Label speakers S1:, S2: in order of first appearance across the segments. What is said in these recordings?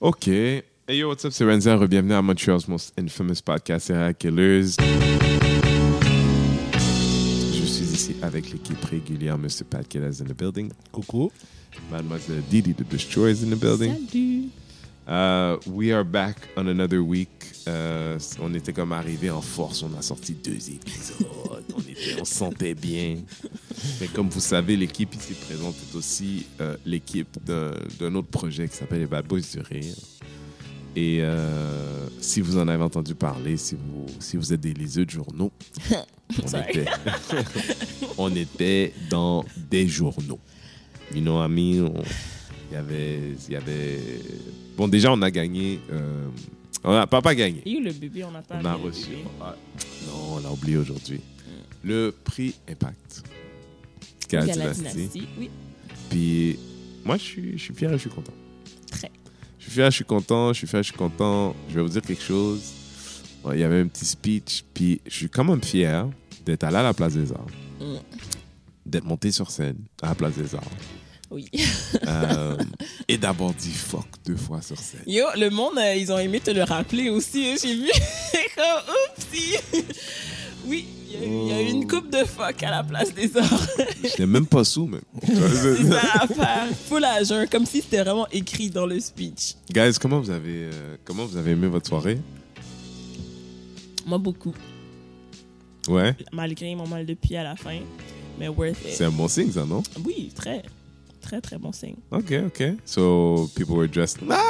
S1: OK. Hey yo, what's up, c'est Renzo. Bienvenue à Montreal's most infamous podcast, Serial Killers. Je suis ici avec l'équipe régulière, Mr. Pat Killers in the building.
S2: Coucou.
S1: Mademoiselle Didi the Destroyers in the building.
S3: Salut.
S1: Uh, we are back on another week. Euh, on était comme arrivé en force. On a sorti deux épisodes. on, était, on se sentait bien. Mais comme vous savez, l'équipe ici présente est aussi euh, l'équipe d'un d'un autre projet qui s'appelle les Bad Boys du Rire. Et euh, si vous en avez entendu parler, si vous, si vous êtes des liseux de journaux, on,
S3: Sorry.
S1: était, on était dans des journaux. You know what I mean? On- Il y avait, il y avait... Bon, déjà, on a gagné... euh, on n'a pas, pas gagné.
S3: Et le bébé, on attend.
S1: On a reçu. ah, non, on l'a oublié aujourd'hui. Le prix Impact. Qui a
S3: la,
S1: la
S3: la
S1: dynastie.
S3: dynastie. Oui,
S1: Puis moi, je suis, je suis fier et je suis content.
S3: très.
S1: Je suis fier, je suis content, je suis fier, je suis content. Je vais vous dire quelque chose. Bon, Il y avait un petit speech, puis je suis quand même fier d'être allé à la Place des Arts,
S3: Mm.
S1: d'être monté sur scène à la Place des Arts
S3: Oui.
S1: Euh, et d'abord dit fuck deux fois sur scène.
S3: Yo, le monde, euh, ils ont aimé te le rappeler aussi, hein, j'ai vu. Comme, oupsie. Oui, il y a eu- il y, a eu
S1: Oh.
S3: une coupe de fuck à la place des arts.
S1: J'étais même pas sous, même.
S3: C'est ça à faire. Full à jeun, comme si c'était vraiment écrit dans le speech.
S1: Guys, comment vous avez, euh, comment vous avez aimé votre soirée?
S3: Moi, beaucoup.
S1: Ouais,
S3: Malgré mon mal de pied à la fin, mais worth it.
S1: c'est un bon signe, ça, non?
S3: Oui, très. Très, très bon signe.
S1: Ok, ok. So, people were dressed. Ah!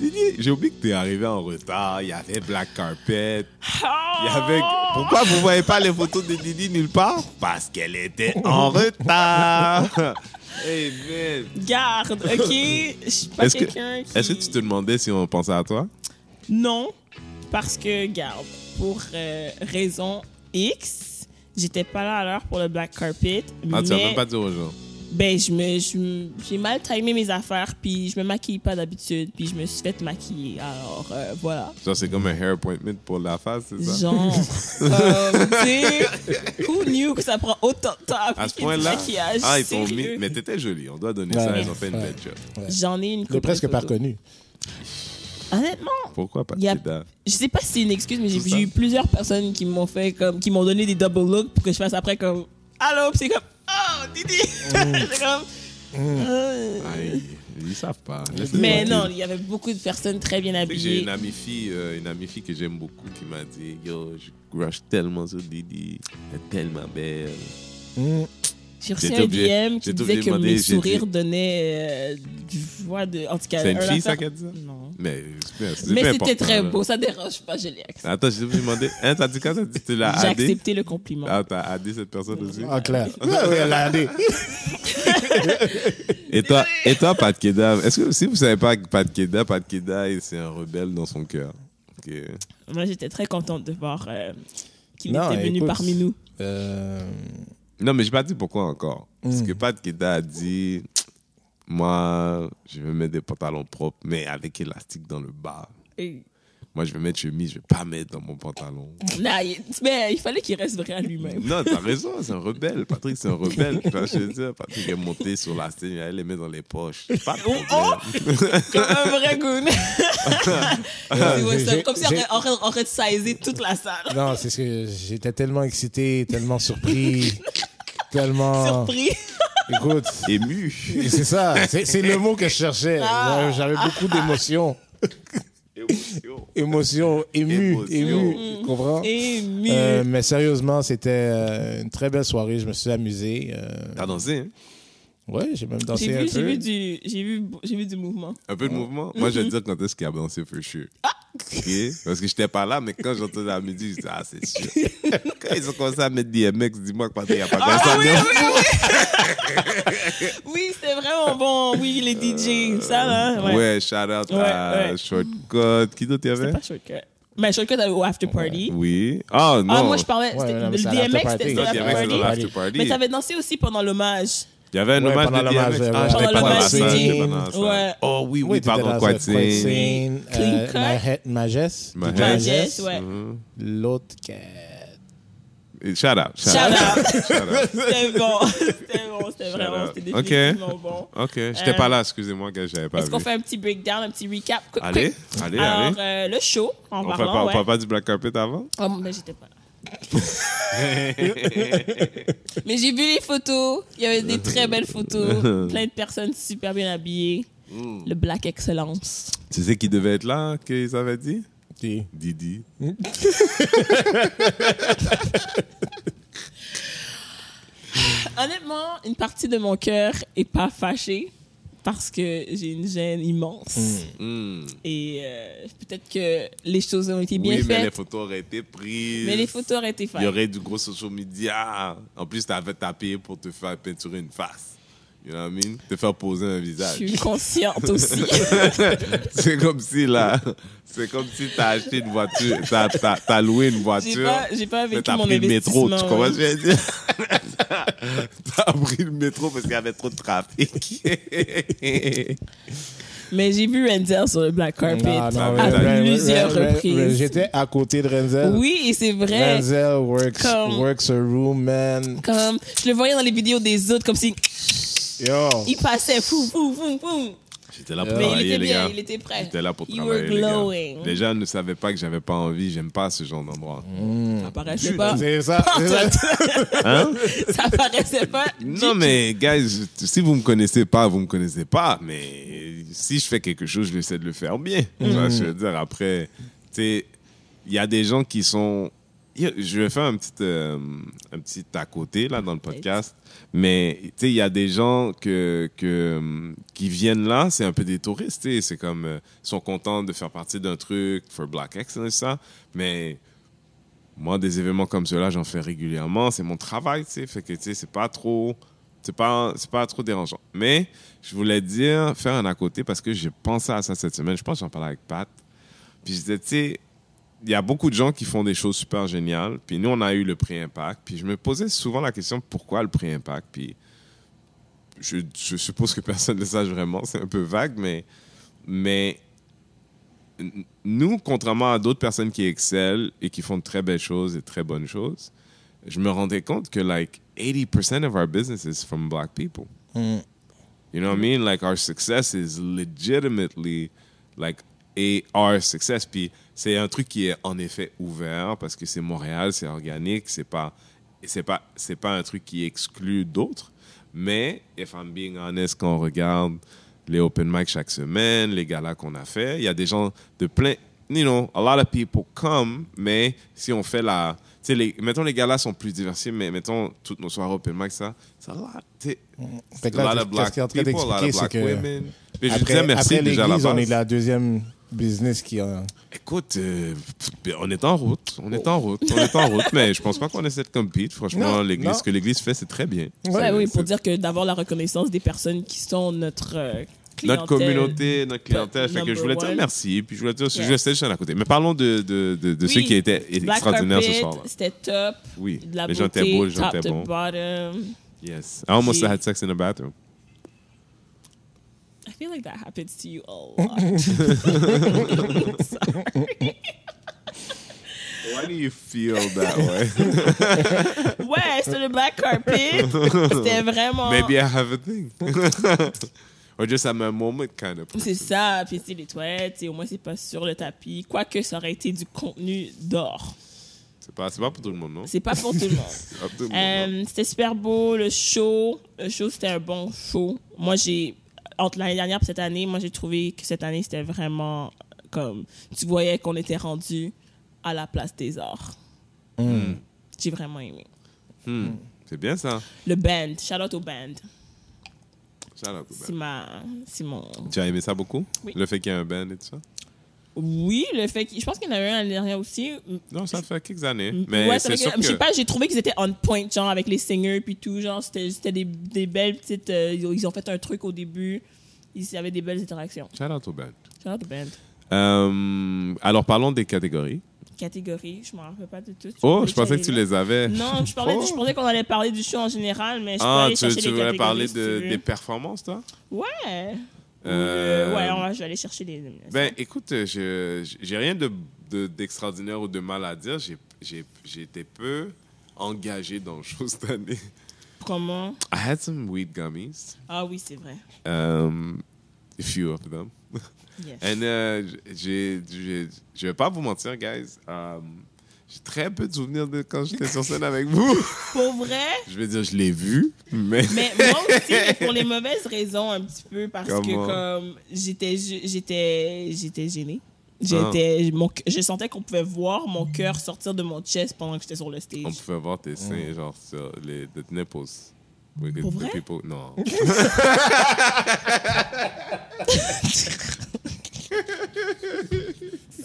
S1: Didier, J'ai oublié que t'es arrivé en retard. Il y avait Black Carpet. Il y avait...
S3: Oh!
S1: Pourquoi vous voyez pas les photos de Didi nulle part? Parce qu'elle était en retard. hey, man.
S3: Garde, ok? Je suis pas
S1: Est-ce que-
S3: quelqu'un qui...
S1: Est-ce que tu te demandais si on pensait à toi?
S3: Non, parce que, garde, pour euh, raison X, j'étais pas là à l'heure pour le black carpet.
S1: Ah, tu vas
S3: mais-
S1: même pas dire aux gens.
S3: Ben, je me, je me- j'ai mal timé mes affaires, puis je me maquille pas d'habitude, puis je me suis fait maquiller. Alors, euh, voilà.
S1: Genre, c'est comme un hair appointment pour la face, c'est ça?
S3: Genre, euh, tu sais, who knew que ça prend autant de temps à
S1: À ce
S3: appliquer du
S1: point-là,
S3: maquillage?
S1: ah, ils t'ont
S3: sérieux.
S1: mis. Mais t'étais jolie, on doit donner
S2: Ouais.
S1: ça, ils ont fait une
S2: Ouais.
S1: belle job.
S3: J'en ai une
S2: T'es
S3: couple
S2: presque
S3: de
S2: pas
S3: photos.
S2: reconnu.
S3: Honnêtement,
S1: Pourquoi pas
S3: Il y a-
S1: Tida?
S3: je sais pas si c'est une excuse, mais j'ai
S1: Tout ça.
S3: j'ai eu plusieurs personnes qui m'ont fait comme, qui m'ont donné des double looks pour que je fasse après comme, allô, Puis c'est comme, oh, Didi,
S1: Mm.
S3: C'est comme, euh.
S1: Aïe, ils savent pas. Laisse-les
S3: mais
S1: tranquilles.
S3: non, il y avait beaucoup de personnes très bien
S1: Tu sais que J'ai
S3: habillées.
S1: une amie fille, euh, une amie fille que j'aime beaucoup qui m'a dit Yo, je crush tellement sur Didi, elle est tellement belle.
S2: Hum,
S3: J'ai reçu
S1: J'étais
S3: un
S1: obligé-
S3: DM qui
S1: j'étais
S3: disait
S1: obligé de
S3: que
S1: demander,
S3: mes
S1: j'ai
S3: sourires
S1: dit-
S3: donnaient euh, du voix de, en tout cas,
S1: C'est une
S3: un
S1: fille, ça,
S3: affaire-
S1: qui a dit ça
S3: Non.
S1: Mais c'est bien, c'est euh, bien
S3: Mais
S1: important,
S3: c'était très
S1: là.
S3: beau, ça dérange pas, je l'ai accepté.
S1: Attends, je t'ai demandé Hein, t'as dit quand t'as dit Tu l'as
S3: J'ai
S1: adé
S3: accepté le compliment.
S1: Ah, t'as adé cette personne aussi
S2: En Ah, clair. Oui, oui, elle a dit.
S1: Et toi, et toi Pat Keda, est-ce que si vous savez pas que Pat Keda, Pat Keda, c'est un rebelle dans son cœur. Ok.
S3: Moi, j'étais très contente de voir euh, qu'il
S2: Non,
S3: était venu
S2: écoute.
S3: parmi nous.
S2: Euh,
S1: Non, mais j'ai pas dit pourquoi encore. Parce
S2: Mm.
S1: que Pat Keda a dit Moi, je vais mettre des pantalons propres, mais avec élastique dans le bas.
S3: Et-
S1: Moi, je vais mettre chemise, je vais pas mettre dans mon pantalon.
S3: Non, il- mais il fallait qu'il reste vrai à lui-même.
S1: Non, t'as raison, c'est un rebelle. Patrick, c'est un rebelle. Tu vois, je te dis, Patrick est monté sur la scène, il allait les mettre dans les poches. Pas de problème.
S3: Comme un vrai goon. Tu vois,
S2: j'ai-
S3: Ah, c'est comme si on
S2: j'ai-
S3: aurait, on aurait- on aurait sizé toute la salle.
S2: Non, c'est ce que j'étais tellement excité, tellement surpris, tellement.
S3: Surpris.
S2: Écoute,
S1: Ému.
S2: c'est ça, c'est c'est le mot que je cherchais.
S3: Ah.
S2: J'avais beaucoup d'émotions, émotions, ému,
S1: Émotion.
S2: ému,
S3: Mm.
S2: tu comprends?
S3: Ému.
S2: Euh, mais sérieusement, c'était euh, une très belle soirée. Je me suis amusé. euh,
S1: T'as dansé, hein?
S2: ouais, j'ai même dansé
S3: j'ai
S2: un
S3: vu, j'ai
S2: peu.
S3: vu du, j'ai vu, j'ai vu du mouvement.
S1: Un peu de mouvement. Moi, je vais te dire quand est-ce qu'il a dansé for sure.
S3: Ah!
S1: OK? Parce que j'étais pas là, mais quand j'entendais la musique, je disais, ah, c'est sûr. quand ils ont commencé à mettre DMX, dis-moi que Patrick a pas
S3: Ah,
S1: dansé.
S3: oui,
S1: non.
S3: oui, oui. oui, c'était vraiment bon. Oui, les DJ, ça là.
S1: ouais.
S3: Ah, Ouais.
S1: shout out
S3: Ouais,
S1: à
S3: ouais.
S1: Shortcut. Qui d'autre il y
S3: C'était
S1: avait?
S3: pas shortcut. Mais shortcut au after party.
S1: Oui. Ah, non.
S3: Ah, moi je parlais.
S2: Ouais,
S3: c'était-
S2: non, mais
S3: le
S2: c'est à
S3: DMX,
S2: l'after
S3: c'était
S1: Non,
S3: l'after
S2: party.
S1: DMX, c'est dans
S3: party.
S1: l'after party.
S3: Mais t'avais dansé aussi pendant l'hommage.
S1: Il y avait un
S2: Ouais,
S1: hommage
S2: pendant
S1: de
S2: l'hommage,
S1: DMX.
S2: ouais,
S1: Ah,
S2: ouais.
S1: j'étais pas
S3: Pendant
S1: dans la
S3: l'hommage,
S1: salle.
S3: c'était-
S1: j'étais pas dans la salle.
S3: ouais.
S1: Oh oui, oui,
S2: Oui,
S1: pardon, quoi
S2: Quetzin,
S3: Clean cut.
S2: euh, ma, Majest,
S1: Ma-
S2: Majest,
S3: Majest, ouais.
S2: l'autre que
S1: Et Shout out. Shout,
S3: Shout
S1: out.
S3: out.
S1: Shout out.
S3: C'était bon. C'était bon. C'était
S1: Shout
S3: vraiment.
S1: out.
S3: C'était
S1: Ok.
S3: définitivement bon.
S1: Ok, j'étais pas là, excusez-moi, que j'avais pas
S3: Euh, Est-ce
S1: vu.
S3: qu'on fait un petit breakdown, un petit recap? Quick,
S1: Allez,
S3: quick.
S1: allez,
S3: Alors,
S1: allez.
S3: euh, le show, en
S1: On fait
S3: parlant,
S1: pas, on
S3: ouais.
S1: parle pas du Black Carpet avant?
S3: Oh, mais j'étais pas là. mais j'ai vu les photos. Il y avait des très belles photos. Plein de personnes super bien habillées.
S1: Mm.
S3: Le Black Excellence.
S1: Tu sais qui devait être là, qu'ils avaient dit?
S2: Qui?
S1: Didi.
S3: Honnêtement, une partie de mon cœur est pas fâchée parce que j'ai une gêne immense.
S1: Mm.
S3: Et euh, peut-être que les choses ont été bien
S1: oui, mais les
S3: faites,
S1: photos auraient été prises.
S3: mais les photos auraient été
S1: Il y
S3: faites.
S1: aurait du gros social media. En plus, t'avais tapé pour te faire peinturer une face. You know what I mean? Te faire poser un
S3: Je
S1: visage.
S3: suis consciente aussi.
S1: C'est comme si là, c'est comme si t'as acheté une voiture, t'as, t'as- t'as loué une
S3: J'ai
S1: voiture.
S3: pas, j'ai pas
S1: mais
S3: vécu
S1: t'as
S3: mon
S1: pris le métro,
S3: investissement.
S1: tu comprends ce que je veux dire? t'as pris le métro parce qu'il y avait trop de trafic.
S3: Mais j'ai vu Renzel sur le black carpet
S2: Ah, non,
S3: à
S1: mais- mais-
S3: plusieurs
S2: mais- mais- mais
S3: reprises.
S2: J'étais à côté de Renzel.
S3: Oui, et c'est vrai.
S2: Renzel works,
S3: Comme-
S2: works a room, man.
S3: Comme je le voyais dans les vidéos des autres, comme si
S2: Yo.
S3: il passait, fou, fou, fou, fou.
S1: J'étais là pour
S3: Mais il
S1: travailler,
S3: était
S1: Ah, les
S3: bien,
S1: gars.
S3: il était prêt.
S1: J'étais là pour
S3: You were
S1: travailler, les gars.
S3: glowing.
S1: Les gens ne savaient pas que j'avais pas envie. J'aime pas ce genre d'endroit.
S3: Ça paraissait pas.
S2: C'est ça. c'est ça.
S1: Hein?
S3: Ça paraissait pas.
S1: Non, mais, guys, si vous me connaissez pas, vous me connaissez pas. Mais si je fais quelque chose, je vais essayer de le faire bien. Tu vois, je veux dire, après, tu sais, il y a des gens qui sont. Je vais faire un petit, euh, un petit à côté, là, dans le podcast. Mais, tu sais, il y a des gens que, que, euh, qui viennent là, c'est un peu des touristes, tu sais. C'est comme, euh, ils sont contents de faire partie d'un truc, for Black Excellence, ça. Mais, moi, des événements comme cela, j'en fais régulièrement. C'est mon travail, tu sais. Fait que, tu sais, c'est pas trop, c'est pas, c'est pas trop dérangeant. Mais je voulais dire, faire un à côté parce que j'ai pensé à ça cette semaine. Je pense que j'en parlais avec Pat. Puis je disais, tu sais, il y a beaucoup de gens qui font des choses super géniales. Puis nous, on a eu le prix Impact. Puis je me posais souvent la question pourquoi le prix Impact. Puis je, je suppose que personne ne le sache vraiment. C'est un peu vague, mais mais n- nous, contrairement à d'autres personnes qui excellent et qui font de très belles choses et de très bonnes choses, je me rendais compte que like 80% of our business is from black people. You know what I mean? Like our success is legitimately like et our success. Puis c'est un truc qui est en effet ouvert parce que c'est Montréal, c'est organique, c'est pas c'est pas c'est pas un truc qui exclut d'autres. Mais if I'm being honest, quand on regarde les open mic chaque semaine, les galas qu'on a fait, il y a des gens de plein you know, a lot of people come, mais si on fait la. Tu sais, les, mettons, les galas sont plus diversifiés, mais mettons, toutes nos soirées open mic, ça, ça a lot, tu sais,
S2: Fait que là,
S1: a lot
S2: qu'est-ce
S1: of black
S2: qu'il est en train
S1: people, a lot of
S2: d'expliquer, c'est
S1: black
S2: que
S1: women. Puis je
S2: après,
S1: disais merci
S2: après
S1: déjà à la
S2: l'église, on
S1: base.
S2: est la deuxième business qui a...
S1: Écoute, euh, ben, on est en route, on est en route, on est en route, mais je pense pas qu'on essaie de compete. Franchement,
S2: Non, non.
S1: l'église, ce que l'église fait, c'est très bien.
S3: Ouais,
S1: C'est-
S3: oui, pour
S1: c'est-
S3: dire que d'avoir la reconnaissance des personnes qui sont notre euh, clientèle. Bah,
S1: Notre communauté, notre clientèle. Fait que
S3: number
S1: je voulais dire
S3: one.
S1: merci, puis je voulais dire, je
S3: Yeah.
S1: restais juste à côté. Mais parlons de, de, de, de
S3: Oui,
S1: ceux qui étaient
S3: Black
S1: extraordinaires ce
S3: carpet,
S1: soir-là.
S3: C'était top.
S1: Oui,
S3: De la
S1: les gens
S3: beauté,
S1: étaient beaux, les gens
S3: top
S1: étaient
S3: to
S1: bons.
S3: bottom.
S1: Yes. I almost
S3: J'ai-
S1: had sex in the bathroom.
S3: I feel like that happens to you a lot.
S1: Why do you feel that way?
S3: ouais, sur le black carpet, c'était vraiment.
S1: Maybe I have a thing. Or just I'm a moment kind of.
S3: C'est ça, puis tu sais, les toilettes, et au moins c'est pas sur le tapis. Quoique ça aurait été du contenu d'or.
S1: C'est pas, c'est pas pour tout le monde, non?
S3: C'est pas pour tout le monde.
S1: C'est pas pour tout le monde, non?
S3: Euh, c'était super beau, le show. Le show, c'était un bon show. Moi, j'ai, entre l'année dernière et cette année, moi, j'ai trouvé que cette année, c'était vraiment comme. Tu voyais qu'on était rendu à la place des arts. J'ai vraiment aimé.
S1: Hmm. C'est bien ça.
S3: Le band, shout out au band.
S1: Shout out to
S3: C'est
S1: Ben.
S3: ma. C'est mon.
S1: Tu as aimé ça beaucoup?
S3: Oui.
S1: Le fait qu'il y ait un band et tout ça?
S3: Oui, le fait qu'il- Je pense qu'il y en a eu un l'année dernière aussi.
S1: Non, ça fait quelques années. Mais
S3: Mm-hmm. Ouais,
S1: c'est
S3: c'est vrai
S1: sûr
S3: que-
S1: que...
S3: Je sais pas, j'ai trouvé qu'ils étaient on point, genre, avec les singers puis tout. Genre, c'était c'était des, des belles petites. euh, ils ont- ils ont fait un truc au début. Ils avaient des belles interactions.
S1: Shout out to Ben.
S3: Shout out to band.
S1: Euh, alors, parlons des catégories.
S3: catégorie. Je m'en rappelle pas de tout.
S1: Oh, je pensais que tu les avais.
S3: Non, je, parlais,
S1: Oh.
S3: je pensais qu'on allait parler du show en général, mais je peux
S1: Ah,
S3: aller
S1: tu,
S3: chercher
S1: tu
S3: les
S1: voulais
S3: catégories.
S1: parler
S3: si
S1: de-
S3: tu veux.
S1: des performances, toi?
S3: Ouais. Ou,
S1: Euh,
S3: euh, Ouais, on va- je vais aller chercher les nominations.
S1: Ben, écoute, euh, je j'ai rien de- de- d'extraordinaire ou de mal à dire. J'ai- j'ai- J'ai été peu engagé dans le show cette année.
S3: Comment
S1: I had some weed gummies.
S3: Ah oui, c'est vrai.
S1: Um, a few of them.
S3: Yes.
S1: And, euh, j'ai, j'ai- je vais pas vous mentir, guys. Um, j'ai très peu de souvenirs de quand j'étais sur scène avec vous.
S3: Pour vrai,
S1: Je veux dire, je l'ai vu, mais.
S3: Mais moi aussi, mais pour les mauvaises raisons un petit peu parce
S1: Comment?
S3: que comme j'étais ju- j'étais j'étais gênée.
S1: Ah.
S3: J'étais mon c- je sentais qu'on pouvait voir mon cœur sortir de mon chest pendant que j'étais sur le
S1: On
S3: stage.
S1: pouvait voir tes seins, genre, sur les the nipples. Oui,
S3: Pour
S1: the
S3: vrai?
S1: people- Non.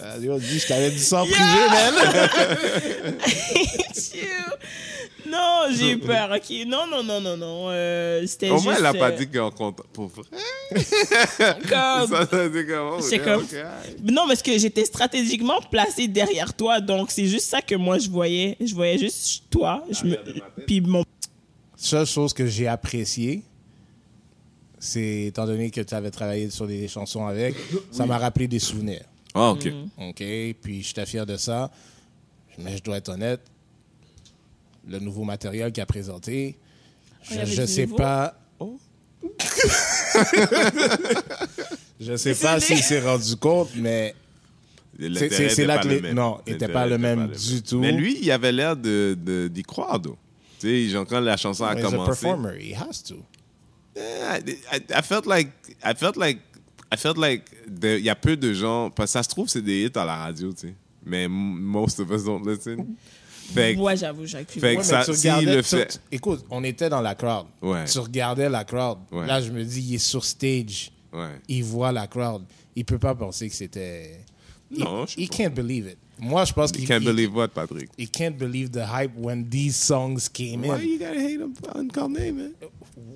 S2: Ah, lui, on dit, je t'avais dit ça en privé, man.
S3: Tchou! non, j'ai eu peur. OK. Non non non non non, euh, c'était
S1: Au
S3: juste
S1: moins, elle a pas
S3: euh,
S1: dit qu'en compte. Pour vrai?
S3: comme-
S1: Ça, ça dit comment?
S3: C'est
S1: Ok,
S3: comme-
S1: ok, aïe.
S3: Non, parce que j'étais stratégiquement placée derrière toi, donc c'est juste ça que moi je voyais. Je voyais juste toi, je me...
S1: Arrière de ma tête.
S3: puis mon
S2: Seule chose que j'ai appréciée, c'est étant donné que tu avais travaillé sur des chansons avec, ça m'a rappelé des souvenirs.
S1: Ah, ok.
S3: Mm.
S2: OK? Puis j'étais fier de ça. Mais je dois être honnête, le nouveau matériel qu'il a présenté,
S3: il y avait
S2: je ne
S3: du
S2: sais
S3: nouveau?
S2: pas. Oh. je sais pas
S3: Désolée.
S2: s'il s'est rendu compte, mais
S1: L'intérêt
S2: c'est- c'est
S1: était
S2: là
S1: pas
S2: que
S1: le
S2: les-
S1: même.
S2: non, était
S1: L'intérêt
S2: pas le même du tout.
S1: Mais lui, il avait l'air de- de- d'y croire, donc. Tu sais, genre, quand la chanson a
S2: mais he's a
S1: commencé.
S2: performer, he has to.
S1: Yeah, I, I- I felt like I felt like I felt like there- il y a peu de gens parce que ça se trouve c'est des hits à la radio tu sais mais m- most of us don't listen fait que-
S3: Ouais, j'avoue, j'accuse.
S1: Fait que
S2: Ouais, mais
S1: ça-
S2: tu
S1: s'il
S2: regardais-
S1: le
S2: tu-
S1: fait-
S2: tu- écoute, on était dans la crowd.
S1: Ouais.
S2: Tu regardais la crowd.
S1: Ouais.
S2: Là, je me dis, il est sur stage.
S1: ouais
S2: Il voit la crowd. Il peut pas penser que c'était.
S1: Non,
S2: il,
S1: je sais
S2: he
S1: pas.
S2: can't believe it. Moi, je pense
S1: you
S2: qu'il
S1: can't
S2: il-
S1: believe what Patrick
S2: he can't believe the hype when these songs came
S1: why
S2: in.
S1: you gotta hate him incarné man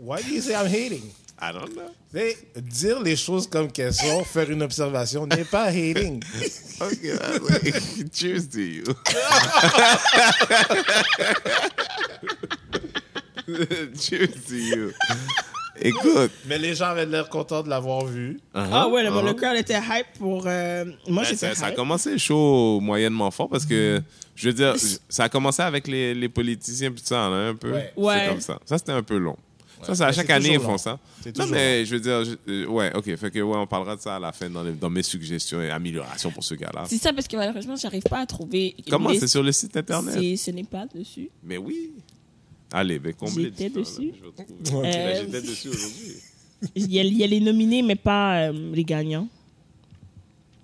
S2: Why do you say I'm hating?
S1: I don't know
S2: Tu sais, dire les choses comme qu'elles sont, faire une observation n'est pas hating.
S1: okay that's like- cheers to you cheers to you écoute uh-huh.
S2: Mais les gens avaient l'air contents de l'avoir vu.
S3: Ah ouais, le, le crowd était hype pour. euh,
S1: Hein?
S3: moi,
S1: Ben,
S3: j'étais
S1: ça,
S3: hype.
S1: ça a commencé chaud, moyennement fort, parce que, je veux dire, j- ça a commencé avec les, les politiciens, puis tout ça, là, un peu.
S2: Ouais.
S3: Ouais.
S1: C'est comme ça. Ça, c'était un peu long. Ça, c'est à
S2: Mais
S1: chaque
S2: c'est
S1: année, ils
S2: toujours
S1: font
S2: long.
S1: ça.
S2: C'est
S1: Non,
S2: toujours
S1: mais je veux dire, je- euh, ouais, OK. Fait que, ouais, on parlera de ça à la fin dans, les- dans mes suggestions et améliorations pour ce gars-là.
S3: C'est ça parce que malheureusement, j'arrive pas à trouver.
S1: Comment?
S3: les-
S1: C'est sur le site Internet?
S3: C'est- Ce n'est pas dessus.
S1: Mais oui. Allez, ben, combler le
S3: J'étais
S1: temps, là,
S3: dessus.
S1: je vais retrouver.
S3: Euh,
S1: Ben, J'étais dessus aujourd'hui.
S3: Il y, a, il y a les nominés, mais pas euh, les gagnants.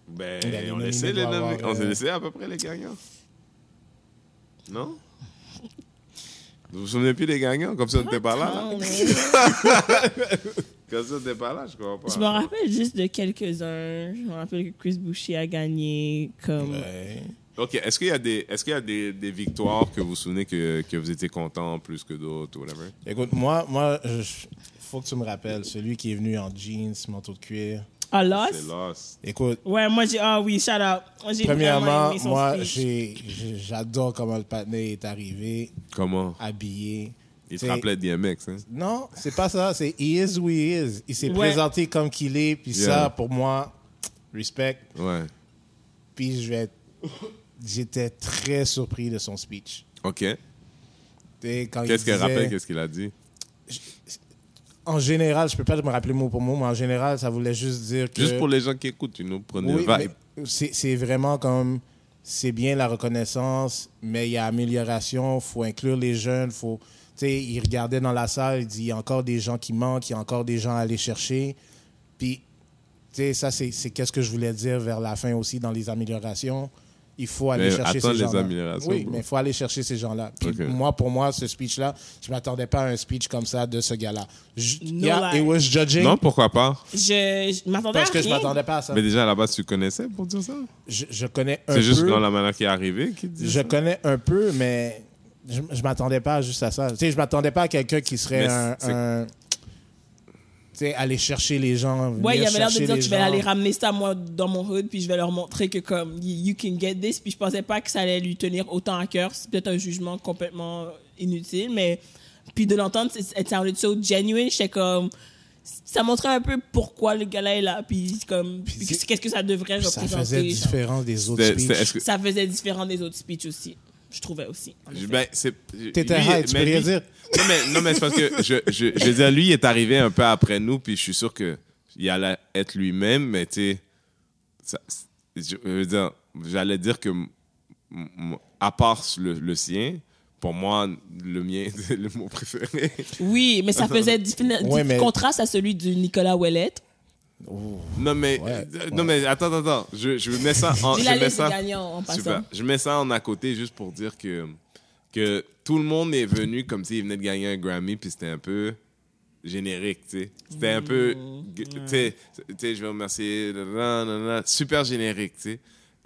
S1: Ben,
S2: Ben, les
S1: on
S2: nominés
S1: essaie les
S2: doivent
S1: nommés.
S2: avoir,
S1: On s'est
S2: euh,
S1: laissé à peu près les gagnants. Non? Vous vous souvenez plus des gagnants? Comme si on n'était pas Ah, là, là?
S3: Non, Ah, mais
S1: Comme si on n'était pas là, je comprends pas.
S3: je me rappelle juste de quelques-uns. Je me rappelle que Chris Boucher a gagné.
S2: Hum.
S3: Comme...
S1: OK, est-ce qu'il y a, des, est-ce qu'il y a des, des victoires que vous vous souvenez que, que vous étiez content plus que d'autres ou whatever?
S2: Écoute, moi, moi, je- faut que tu me rappelles celui qui est venu en jeans, manteau de cuir.
S3: Ah,
S1: C'est
S3: Lost?
S1: Lost.
S2: Écoute,
S3: Ouais, moi j'ai. Ah oui, shout out. Moi, j'ai vraiment
S2: premièrement,
S3: aimé son
S2: moi,
S3: speech.
S2: j'ai- j'ai- j'adore comment le patinet est arrivé,
S1: Comment?
S2: habillé.
S1: Il te
S2: T'sais,
S1: rappelait DMX, hein?
S2: Non, c'est pas ça. C'est he is who he is. Il s'est
S3: Ouais.
S2: présenté comme qu'il est. Puis
S1: Yeah.
S2: ça, pour moi, respect.
S1: Ouais.
S2: Puis je vais être- J'étais très surpris de son speech.
S1: OK.
S2: T'sais, quand il
S1: Qu'est-ce qu'il
S2: disait-
S1: rappelle? Qu'est-ce qu'il a dit?
S2: En général, je peux pas me rappeler mot pour mot, mais en général, ça voulait juste dire que...
S1: Juste pour les gens qui écoutent, tu nous prenais
S2: Oui,
S1: le
S2: mais
S1: vibe.
S2: c'est c'est vraiment comme c'est bien la reconnaissance, mais il y a amélioration, faut inclure les jeunes, faut tu sais, il regardait dans la salle, il dit il y a encore des gens qui manquent, il y a encore des gens à aller chercher. Puis tu sais ça c'est c'est qu'est-ce que je voulais dire vers la fin aussi dans les améliorations. Il faut aller
S1: Mais
S2: chercher
S1: attends
S2: ces
S1: les
S2: gens-là.
S1: améliorations,
S2: Oui,
S1: bro.
S2: mais il faut aller chercher ces gens-là. Puis
S1: Ok.
S2: Moi, pour moi, ce speech-là, je m'attendais pas à un speech comme ça de ce gars-là. Je-
S3: No
S2: yeah,
S3: lie.
S2: it was judging
S1: Non, pourquoi pas?
S3: Je, je m'attendais à
S2: parce que je
S3: rien.
S2: m'attendais pas à ça.
S1: Mais déjà, à la base, tu connaissais pour dire ça?
S2: Je, je connais un peu.
S1: C'est juste dans la manière qui est arrivée qui dit
S2: Je
S1: ça?
S2: connais un peu, mais je, je m'attendais pas juste à ça. Tu sais, je m'attendais pas à quelqu'un qui serait
S1: Mais
S2: un.
S1: c'est-
S2: un- tu sais, aller chercher les gens. venir
S3: Ouais, il avait l'air de
S2: chercher
S3: dire
S2: les
S3: que je vais
S2: gens.
S3: aller ramener ça moi dans mon hood, puis je vais leur montrer que comme y- you can get this, puis je pensais pas que ça allait lui tenir autant à cœur. C'est peut-être un jugement complètement inutile, mais puis de l'entendre, c'est- it sounded so genuine. J'étais comme ça montrait un peu pourquoi le gars-là est là, puis comme puis
S2: c'est-
S3: qu'est-ce que ça devrait
S2: Ça faisait
S3: représenter. genre.
S2: différent des autres
S1: C'était- c'était- est-ce
S2: speeches.
S1: que-
S3: Ça faisait différent des autres speeches aussi. je trouvais aussi. en
S1: Je-
S3: effet.
S1: Ben, c'est- lui,
S2: T'étais high, tu
S1: mais
S2: peux rien
S1: lui-
S2: dire.
S1: Non, mais, non, mais c'est parce que je, je, je veux dire, lui, il est arrivé un peu après nous, puis je suis sûr qu'il allait être lui-même, mais tu sais, ça- je veux dire, j'allais dire que, m- m- à part le, le sien, pour moi, le mien, c'est le mot préféré.
S3: Oui, mais ça faisait du,
S2: Euh, Ouais, mais-
S3: contraste à celui du Nicolas Ouellet.
S1: Non, mais,
S2: Ouais,
S1: euh, non, mais attends, attends, attends. Je, je mets ça
S2: Ah,
S1: en.
S3: Dis
S1: je
S3: la
S1: mets
S3: liste des
S1: ça,
S3: gagnants en passant.
S1: Super. Je mets ça en à côté juste pour dire que, que tout le monde est venu comme s'il venait de gagner un Grammy, puis c'était un peu générique, tu sais. C'était un peu.
S3: Mm.
S1: Tu sais, tu sais, je vais remercier. nan, nan, nan, super générique, tu sais.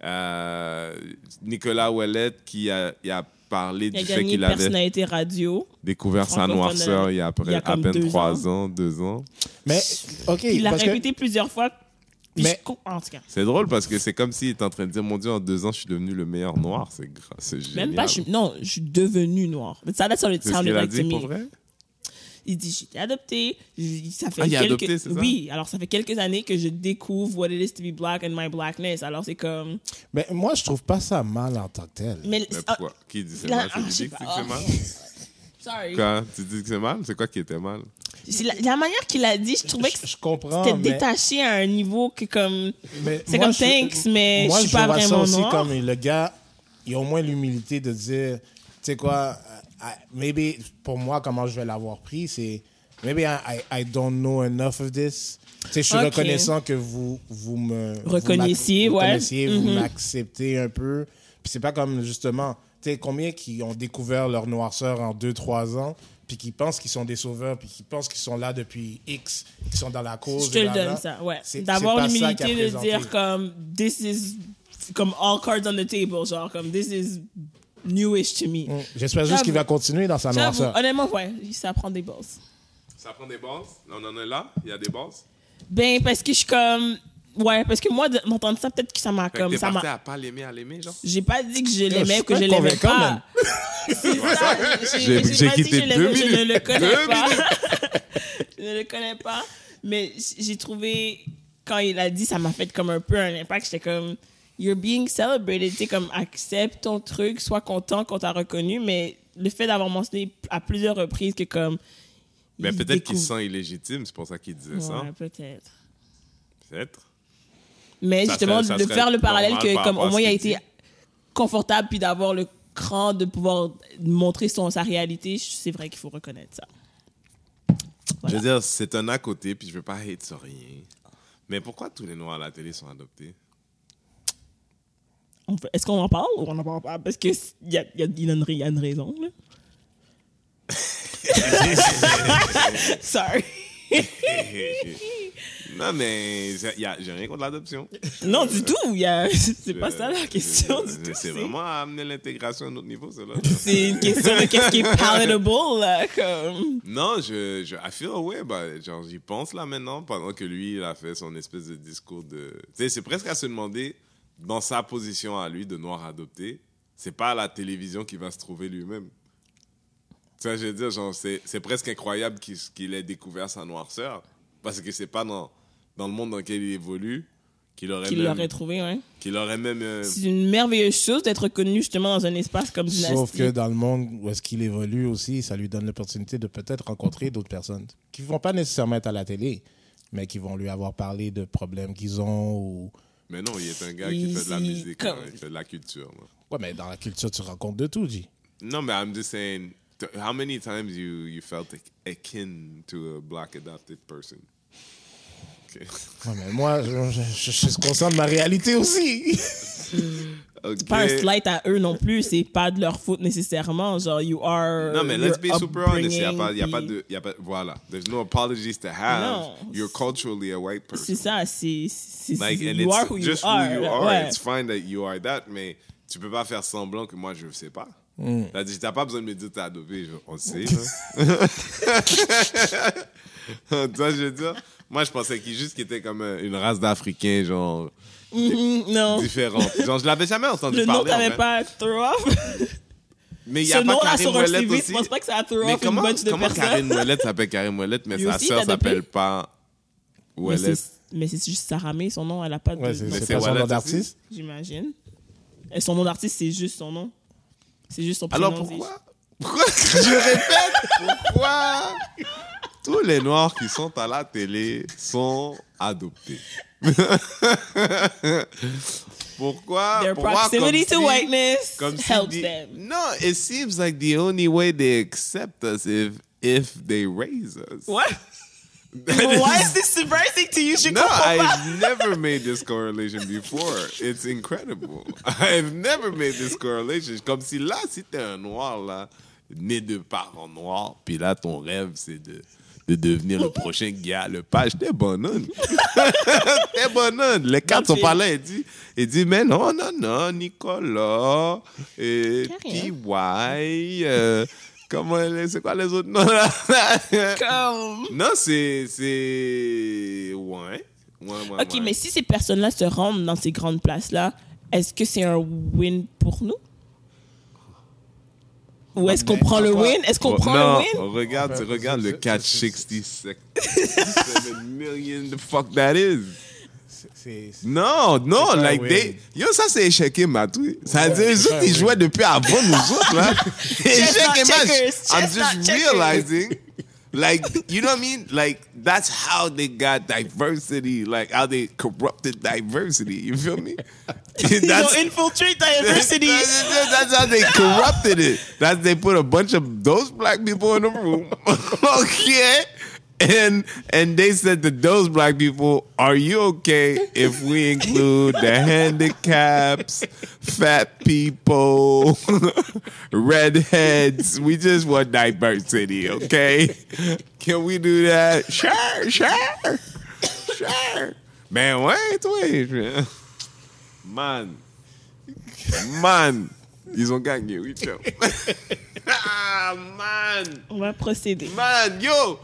S1: Euh, Nicolas Ouellet qui a, il a parlé
S3: Il a
S1: du fait
S3: gagné
S1: qu'il
S3: une
S1: avait
S3: personnalité radio.
S1: découvert sa
S3: francophone, euh,
S1: noirceur il y a, après-
S3: il y a
S1: à
S3: comme
S1: peine
S3: deux
S1: trois ans, deux ans.
S2: Mais, OK,
S3: il l'a
S2: parce que-
S3: répété plusieurs fois. puis
S2: Mais-
S3: je com- en tout cas,
S1: C'est drôle parce que c'est comme s'il était en train de dire Mon Dieu, en deux ans, je suis devenu le meilleur noir. C'est gra- c'est génial.
S3: même pas, je suis, non, je suis devenue noire. Ça, that's how it
S1: C'est ce
S3: sounded
S1: qu'il a
S3: like to
S1: dit pour
S3: me.
S1: vrai
S3: Il dit, j'étais adoptée. Je- Ça fait
S1: Ah, il est
S3: quelques...
S1: adopté, c'est ça?
S3: Oui, alors ça fait quelques années que je découvre what it is to be black and my blackness. Alors c'est comme...
S2: mais moi, je trouve pas ça mal en tant que tel.
S3: Mais,
S1: Mais
S3: ah,
S1: pourquoi Qui dit c'est
S3: la-
S1: mal
S3: ah,
S1: C'est
S3: je sais
S1: Didi qui dit que
S3: pas. Ah.
S1: c'est mal
S3: sorry.
S1: Quoi Tu dis que c'est mal C'est quoi qui était mal
S3: C'est la, la manière qu'il a dit, je trouvais que
S2: Je comprends,
S3: c'était
S2: mais...
S3: détaché à un niveau que comme...
S2: mais
S3: C'est
S2: moi,
S3: comme
S2: je-
S3: thanks, mais
S2: moi,
S3: je suis pas
S2: vois ça
S3: vraiment
S2: aussi
S3: noire.
S2: comme le gars, il a au moins l'humilité de dire, tu sais quoi, I- I- maybe, pour moi, comment je vais l'avoir pris, c'est, maybe I, I, I don't know enough of this. Tu sais, je suis
S3: Ok.
S2: reconnaissant que vous, vous me... vous
S3: Reconnaissiez,
S2: m'ac- vous
S3: ouais. Mm-hmm.
S2: reconnaissiez, Vous m'acceptez un peu. Puis c'est pas comme, justement, tu sais, combien qui ont découvert leur noirceur en 2-3 ans puis qui pensent qu'ils sont des sauveurs, puis qui pensent qu'ils sont là depuis X, qui sont dans la cause.
S3: Je te le donne,
S2: blablabla.
S3: ça, ouais.
S2: Oh, C'est-
S3: D'avoir
S2: c'est pas ça
S3: l'humilité
S2: qu'il a
S3: de
S2: présenté.
S3: dire comme, this is, comme all cards on the table, genre comme, this is newish to me.
S2: Mm. J'espère juste qu'il va continuer dans sa
S3: J'avoue,
S2: noirceur.
S3: honnêtement, ouais, ça prend des bosses.
S1: Ça prend des bases On en est là Il y a des bases
S3: Ben, parce que je suis comme, ouais, parce que moi, de- m'entendre ça, peut-être que ça m'a comme, ça m'a.
S1: à pas l'aimer, à l'aimer, genre
S3: J'ai pas dit que je
S2: je
S3: l'aimais
S2: suis
S3: ou que je
S2: pas
S3: l'aimais
S2: convaincant,
S3: pas. C'est ça.
S1: J'ai- j'ai
S3: pas dit que
S1: quitté
S3: je
S1: deux
S3: l'aimais, Je ne
S1: minutes.
S3: le connais
S1: Deux
S3: pas. je ne le connais pas. Mais j'ai trouvé, quand il a dit, ça m'a fait comme un peu un impact. J'étais comme, you're being celebrated. Tu sais, comme, accepte ton truc, sois content qu'on t'a reconnu. Mais le fait d'avoir mentionné à plusieurs reprises que comme.
S1: Mais Ben,
S3: il
S1: peut-être qu'il
S3: découvre-
S1: se sent illégitime, c'est pour ça qu'il disait ça.
S3: Ouais, peut-être.
S1: Peut-être.
S3: Mais
S1: Ça
S3: justement,
S1: serait- ça
S3: de
S1: serait
S3: faire le parallèle
S1: normal
S3: que,
S1: par
S3: comme
S1: rapport
S3: au
S1: à
S3: moins,
S1: ce
S3: il a
S1: qu'il
S3: été confortable puis d'avoir le cran de pouvoir montrer son, sa réalité, je- c'est vrai qu'il faut reconnaître ça.
S1: Je
S3: Voilà.
S1: veux dire, c'est un à côté, puis je veux pas hate sur rien. Mais pourquoi tous les noirs à la télé sont adoptés
S3: On peut- Est-ce qu'on en parle ou on n'en parle pas? Parce qu'il y a, il y, a, il y a une ra- il y a une raison. là. Sorry.
S1: Non, mais j'ai y a- j'ai rien contre l'adoption.
S3: Non, du tout. il y a- C'est pas
S1: Euh,
S3: ça la question du
S1: c'est-
S3: tout.
S1: C'est
S3: c'est-
S1: vraiment à amener l'intégration à un autre niveau, cela.
S3: C'est une question de qu'est-ce qui est palatable. Là, comme...
S1: non, je, je I feel away, bah, genre j'y pense là maintenant, pendant que lui, il a fait son espèce de discours de... Tu sais, c'est presque à se demander, dans sa position à lui, de noir adopté, c'est pas à la télévision qu'il va se trouver lui-même. Tu vois, je veux dire, genre, c'est c'est presque incroyable qu'il qu'il ait découvert sa noirceur, parce que c'est pas dans, dans le monde dans lequel il évolue qu'il aurait,
S3: Qu'il
S1: même-
S3: l'aurait trouvé, ouais.
S1: qu'il aurait même... euh,
S3: C'est une merveilleuse chose d'être reconnu justement dans un espace comme Dynastie.
S2: Sauf que dans le monde où est-ce qu'il évolue aussi, ça lui donne l'opportunité de peut-être rencontrer d'autres personnes qui vont pas nécessairement être à la télé, mais qui vont lui avoir parlé de problèmes qu'ils ont ou...
S1: Mais non, il est un gars
S3: Il-
S1: qui fait de la
S3: il-
S1: musique,
S3: comme-
S1: hein, il fait de la culture. là.
S2: Ouais, mais dans la culture, tu rencontres de tout, G.
S1: No, man, I'm just saying, th- how many times you you felt ac- akin to a black adopted person? Okay.
S2: Ouais, mais moi, je, je, je, je suis conscient de ma réalité aussi.
S1: okay.
S3: pas un slight à eux non plus, c'est pas de leur faute nécessairement. Genre, you are.
S1: Non, mais
S3: your
S1: let's be super honest. Il n'y a,
S3: upbringing,
S1: pas- y a pas
S3: puis-
S1: de. Y a pas, voilà. There's no apologies to have.
S3: Non.
S1: You're culturally a white
S3: C'est
S1: person.
S3: ça, c'est. c'est-
S1: Like,
S3: c'est-
S1: and
S3: you
S1: it's
S3: are who you
S1: just
S3: are.
S1: who you are.
S3: ouais.
S1: It's fine that you are that, mais tu peux pas faire semblant que moi, je sais pas.
S3: Mm.
S1: Tu n'as pas besoin de me dire que t'es adopté. je- on le sait. là. tu vois, je veux dire, moi, je pensais qu'il juste qu'il était comme un- une race d'Africains, genre,
S3: Mhm, non.
S1: différente. Genre, je l'avais jamais entendu
S3: Le nom
S1: parler. en
S3: t'avait
S1: fait.
S3: pas throw off.
S1: Mais il y
S3: Ce
S1: a
S3: nom
S1: pas
S3: là
S1: Karim
S3: sur un
S1: Ouellet
S3: CV,
S1: aussi.
S3: je pense pas que ça a throw
S1: Mais
S3: off une
S1: comment,
S3: bunch de
S1: comment Karim
S3: personnes.
S1: Ouellet s'appelle Karim Ouellet, mais
S3: Lui
S1: sa
S3: aussi,
S1: sœur
S3: t'as adopté?
S1: s'appelle pas
S3: Mais
S1: Ouellet.
S3: c'est- Mais c'est juste Sarah May, son nom, elle a pas de.
S2: Ouais, c'est
S3: nom,
S2: c'est
S1: c'est
S2: pas son
S1: Wallet
S2: nom
S1: aussi.
S2: d'artiste.
S3: J'imagine. Et son nom d'artiste, c'est juste son nom. C'est juste son prénom.
S1: Alors pourquoi Pourquoi Je répète, pourquoi Tous les noirs qui sont à la télé sont adoptés. pourquoi
S3: Their
S1: Pour moi, comme
S3: proximity to
S1: si-
S3: whiteness
S1: comme si
S3: helps
S1: the-
S3: them.
S1: No, it seems like the only way they accept us if if they raise us.
S3: What? Why is this surprising to you? Je
S1: No,
S3: comprends pas.
S1: I've never made this correlation before. It's incredible. I've never made this correlation. Comme si là, si t'es un noir, là, né de parents noirs, puis là, ton rêve, c'est de, de devenir le prochain gars, le page. T'es bonhomme. t'es bonhomme. Les quatre
S3: Dans
S1: sont
S3: le
S1: pas là. Il dit, il dit, mais non, non, non, Nicolas, et
S3: Carrière.
S1: PY, euh, comment, c'est quoi les autres noms, là?
S3: Comme-
S1: Non, c'est. c'est... Ouais. Ouais, ouais.
S3: Ok,
S1: ouais.
S3: mais si ces personnes-là se rendent dans ces grandes places-là, est-ce que c'est un win pour nous? Ou est-ce qu'on
S2: mais
S3: prend le
S2: pourquoi-
S3: win? Est-ce qu'on prend
S1: Oh, non,
S3: le win?
S1: regarde,
S2: On peut-
S1: regarde le
S2: Ben, c'est-
S1: 460 sec- seven million, the fuck that is.
S2: C'est- c'est-
S1: Non, non,
S2: C'est pas
S1: like
S2: un
S1: they. Yo, ça, c'est échec et mat, oui. Ça veut dire,
S2: Ouais,
S1: les
S2: c'est
S1: autres,
S2: pas un
S1: ils
S2: win.
S1: jouaient depuis avant nous autres, là. échec
S3: not
S1: et mat.
S3: checkers,
S1: I'm
S3: chess not
S1: just
S3: checkers.
S1: realizing. Like, you know what I mean? Like, that's how they got diversity. Like, how they corrupted diversity. You feel me? That's-
S3: Ils ont infiltré diversity.
S1: That's, that's- that's how they corrupted it. That's they put a bunch of those black people in the room. okay. And and they said to those black people, are you okay if we include the handicaps, fat people, redheads? We just want diversity, okay? Can we do that? Sure, sure, sure. Man, wait, wait. Man. Man, ils ont gagné, oui, ciao. ah, man,
S3: On va procéder.
S1: man, yo,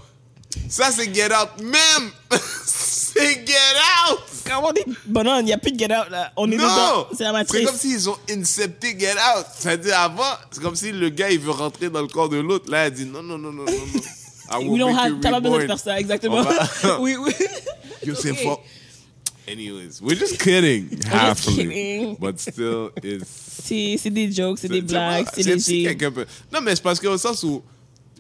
S1: ça c'est get out même. c'est get out.
S3: Comment des bonhommes, il n'y a plus de get out là. On est
S1: Non,
S3: dedans. C'est la
S1: c'est
S3: matrice.
S1: comme s'ils ont incepté get out. C'est-à-dire avant, c'est comme si le gars il veut rentrer dans le corps de l'autre. Là, il dit non, non, non, non, non. non. I will
S3: We don't
S1: make
S3: have.
S1: you
S3: T'as pas besoin de
S1: reborn.
S3: faire ça, exactement.
S1: On va-
S3: oui, oui.
S1: You say
S3: Okay.
S1: fuck. Anyways, we're just kidding. halfly.
S3: kidding.
S1: But still, it's
S3: C'est c'est des jokes, c'est des
S1: C'est-
S3: blagues, c'est
S1: c'est- si
S3: léger.
S1: quelqu'un peut- Non, mais c'est parce qu'au sens où,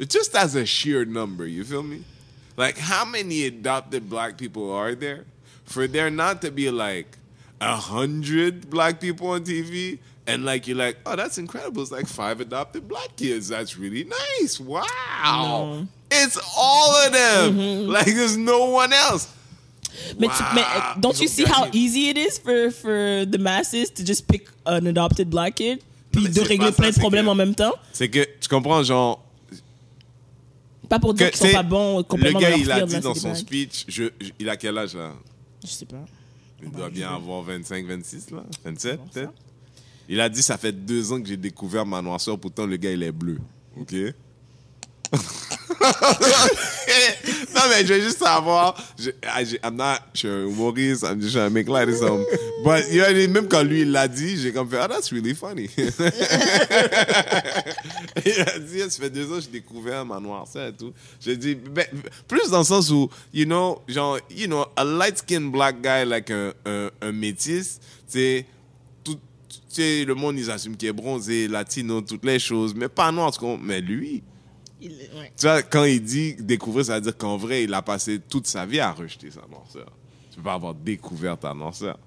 S1: just as a sheer number, you feel me? Like, how many adopted black people are there? For there not to be like a hundred black people on TV, and like you're like, oh, that's incredible. It's like five adopted black kids. That's really nice. Wow.
S3: No. Mm-hmm.
S1: It's all of them. Like, there's no one else.
S3: Mais, tu, mais euh, don't you see how easy it is for, for the masses to just pick an adopted black kid puis
S1: mais
S3: de
S1: c'est pas
S3: régler
S1: ça,
S3: plein de
S1: c'est
S3: problèmes
S1: que-
S3: en même temps?
S1: C'est que, tu comprends, genre,
S3: Pas pour dire
S1: que,
S3: qu'ils sont
S1: t'sais,
S3: pas bons euh,
S1: le
S3: complètement
S1: gars,
S3: dans leur
S1: il a
S3: field,
S1: dit
S3: là,
S1: dans
S3: c'est
S1: son
S3: des blagues.
S1: speech, je- je- il a quel âge, là?
S3: Je sais pas.
S1: Il doit bien avoir 25, 26, là. 27, peut-être. Il a dit, ça fait deux ans que j'ai découvert ma noirceur, pourtant le gars, il est bleu. OK? non, mais je veux juste savoir. Je, I- je- I'm not, je suis un humoriste, I'm just trying to make light of something. But, you know, what I mean? même quand lui, il l'a dit, j'ai comme fait, ah, that's really funny. il a dit, ça fait deux ans que j'ai découvert ma noirceur et tout. J'ai dit, ben, plus dans le sens où, you know, genre, you know, a light-skinned black guy, like un, un, un métis, tu sais, tout, tu sais, le monde, ils assument qu'il est bronzé, latino, toutes les choses, mais pas noir, tu comprends? Mais lui,
S3: Il est- ouais.
S1: tu vois, quand il dit découvrir, ça veut dire qu'en vrai, il a passé toute sa vie à rejeter sa noirceur. Tu peux pas avoir découvert ta noirceur.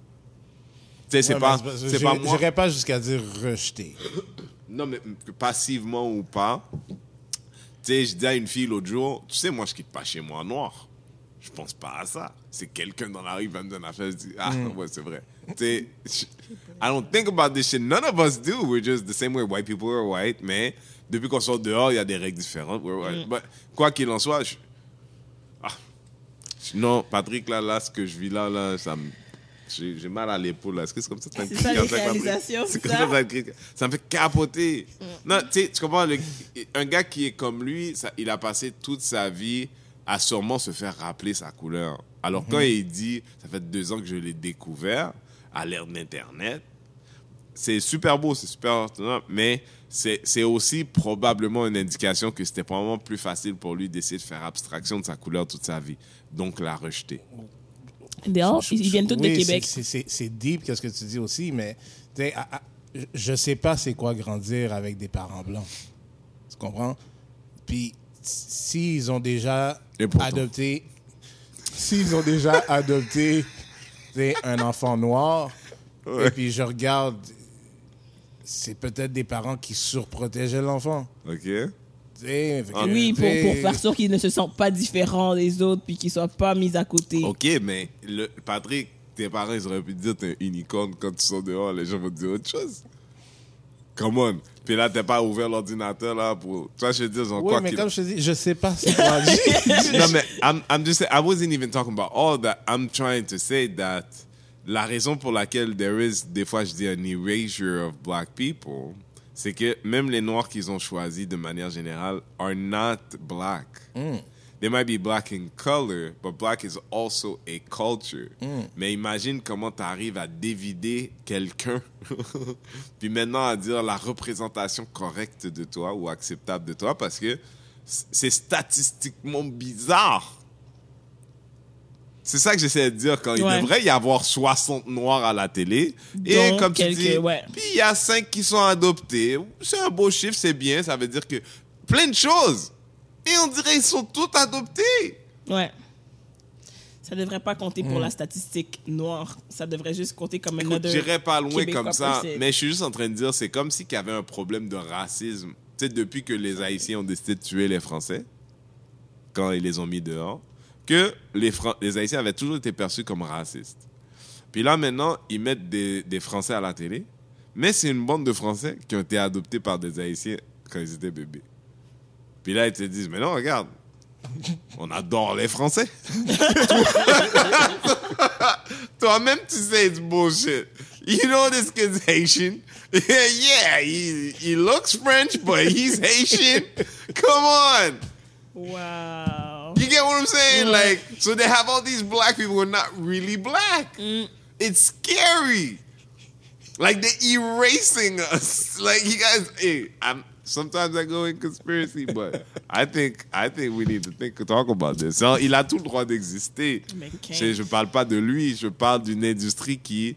S1: Tu sais, c'est
S2: Ouais,
S1: pas,
S2: mais
S1: c'est pas
S2: je-
S1: moi.
S2: J'irais pas jusqu'à dire rejeter.
S1: Non, mais que passivement ou pas, tu sais, je dis à une fille l'autre jour, tu sais, moi, je quitte pas chez moi noir. Je pense pas à ça. C'est quelqu'un dans la rue qui va me donner la affaire, je dis, ah, ouais, c'est vrai. Tu sais, je- I don't think about this shit. None of us do. We're just the same way white people are white, mais depuis qu'on sort dehors, il y a des règles différentes. We're white. But quoi qu'il en soit, je- ah. Non, Patrick, là, là, ce que je vis là, là, ça me... J'ai j'ai mal à l'épaule, là. Est-ce que c'est comme ça que t'as
S3: C'est ça,
S1: crié
S3: les
S1: ça, Patrick?
S3: réalisations,
S1: C'est
S3: c'est
S1: comme ça
S3: ça? Mm.
S1: que t'as crié. Ça me fait capoter. Non, tu sais, tu comprends, le- un gars qui est comme lui, ça- il a passé toute sa vie à sûrement se faire rappeler sa couleur. Alors quand il dit, ça fait deux ans que je l'ai découvert, à l'ère d'Internet, c'est super beau, c'est super ordinaire, mais c'est c'est aussi probablement une indication que c'était probablement plus facile pour lui d'essayer de faire abstraction de sa couleur toute sa vie, donc la rejeter.
S3: Dehors, ils ils viennent tous de
S2: Oui,
S3: Québec.
S2: c'est- c'est- C'est c'est deep, qu'est-ce que tu dis aussi, mais tu sais, à- à- je- je sais pas c'est quoi grandir avec des parents blancs. Tu comprends? Puis s'ils ont déjà
S1: Et pourtant.
S2: adopté s'ils ont déjà adopté tu sais, un enfant noir et puis je regarde c'est peut-être des parents qui surprotégeaient l'enfant.
S1: OK?
S2: Tu sais,
S1: Ah,
S2: fait que,
S3: Oui,
S2: tu
S3: pour,
S2: sais,
S3: pour faire sûr qu'ils ne se sentent pas différents des autres puis qu'ils soient pas mis à côté.
S1: OK, mais le, Patrick, tes parents, ils auraient pu te dire t'es un unicorn quand tu sors dehors, les gens vont te dire autre chose. Come on. Puis là, t'es pas ouvert l'ordinateur là pour. Tu vois, je te dis, genre,
S2: Oui,
S1: quoi
S2: mais
S1: qu'il-
S2: comme je te dis, je sais pas c'est quoi. Je-
S1: no, man, I'm, I'm just saying, I wasn't even talking about all that. I'm trying to say that la raison pour laquelle there is, des fois, je dis an erasure of black people, c'est que même les noirs qu'ils ont choisis de manière générale are not black. They might be black in color, but black is also a culture. Mais imagine comment tu arrives à dévider quelqu'un, puis maintenant à dire la représentation correcte de toi ou acceptable de toi, parce que c'est statistiquement bizarre. C'est ça que j'essaie de dire quand il
S3: Ouais.
S1: devrait y avoir 60 noirs à la télé. et
S3: Dont
S1: comme tu
S3: quelques-
S1: dis,
S3: ouais.
S1: puis il y a 5 qui sont adoptés. C'est un beau chiffre, c'est bien. Ça veut dire que plein de choses. Et on dirait qu'ils sont tous adoptés.
S3: Ouais. Ça devrait pas compter pour la statistique noire. Ça devrait juste compter comme
S1: Hmm. Écoute,
S3: another
S1: J'irais pas loin
S3: Québécois euh,
S1: comme ça,
S3: person.
S1: mais je suis juste en train de dire, c'est comme s'il y avait un problème de racisme. Tu sais, depuis que les Haïtiens ont décidé de tuer les Français, quand ils les ont mis dehors, que les, Fran- les Haïtiens avaient toujours été perçus comme racistes. Puis là, maintenant, ils mettent des, des Français à la télé, mais c'est une bande de Français qui ont été adoptés par des Haïtiens quand ils étaient bébés. Puis là, ils te disent, mais non, regarde, on adore les Français. Toi-même, tu sais, it's bullshit. You know this kid's Haitian. yeah, he, he looks French, but he's Haitian. Come on.
S3: Wow.
S1: You get what I'm saying? Like, so they have all these black people who are not really black. It's scary. Like, they're erasing us. Like, you guys, hey, I'm. Sometimes I go in conspiracy, but I think I think we need to think talk about this. So, il a tout le droit d'exister.
S3: Mais
S1: Je,
S3: qu'est-ce
S1: je parle pas de lui, je parle d'une industrie qui,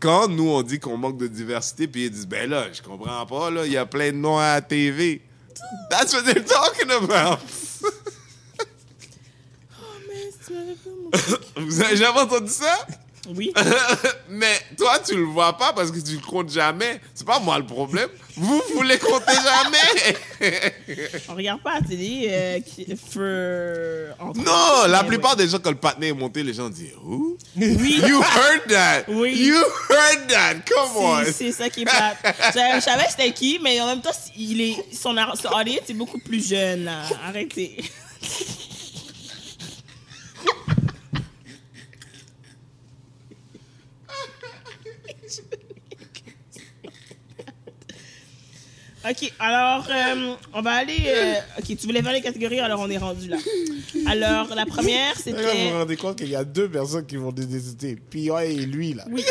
S1: quand nous on dit qu'on manque de diversité, puis ils disent ben là, je comprends pas là, il y a plein de noms à la TV. That's what they're talking about. Vous avez jamais entendu ça?
S3: Oui.
S1: Mais toi, tu le vois pas parce que tu le comptes jamais. C'est pas moi le problème. Vous, vous les comptez jamais.
S3: On regarde pas la télé. euh, qui- feu- entre-
S1: non, la
S3: Mais
S1: plupart des gens, quand le patinet est monté, les gens disent Who?
S3: ouais. Oui.
S1: You heard that.
S3: Oui.
S1: You heard that. Come on.
S3: C'est- C'est ça qui est plate. Je, je savais c'était qui, mais en même temps, il est, son, ar- son audience est beaucoup plus jeune. là. Arrêtez. OK, alors, euh, on va aller... euh, OK, tu voulais faire les catégories, alors on est rendu là. Alors, la première,
S2: Là, vous vous
S3: c'était...
S2: rendez compte qu'il y a deux personnes qui vont détester. Puis ouais, et lui, là.
S3: Oui.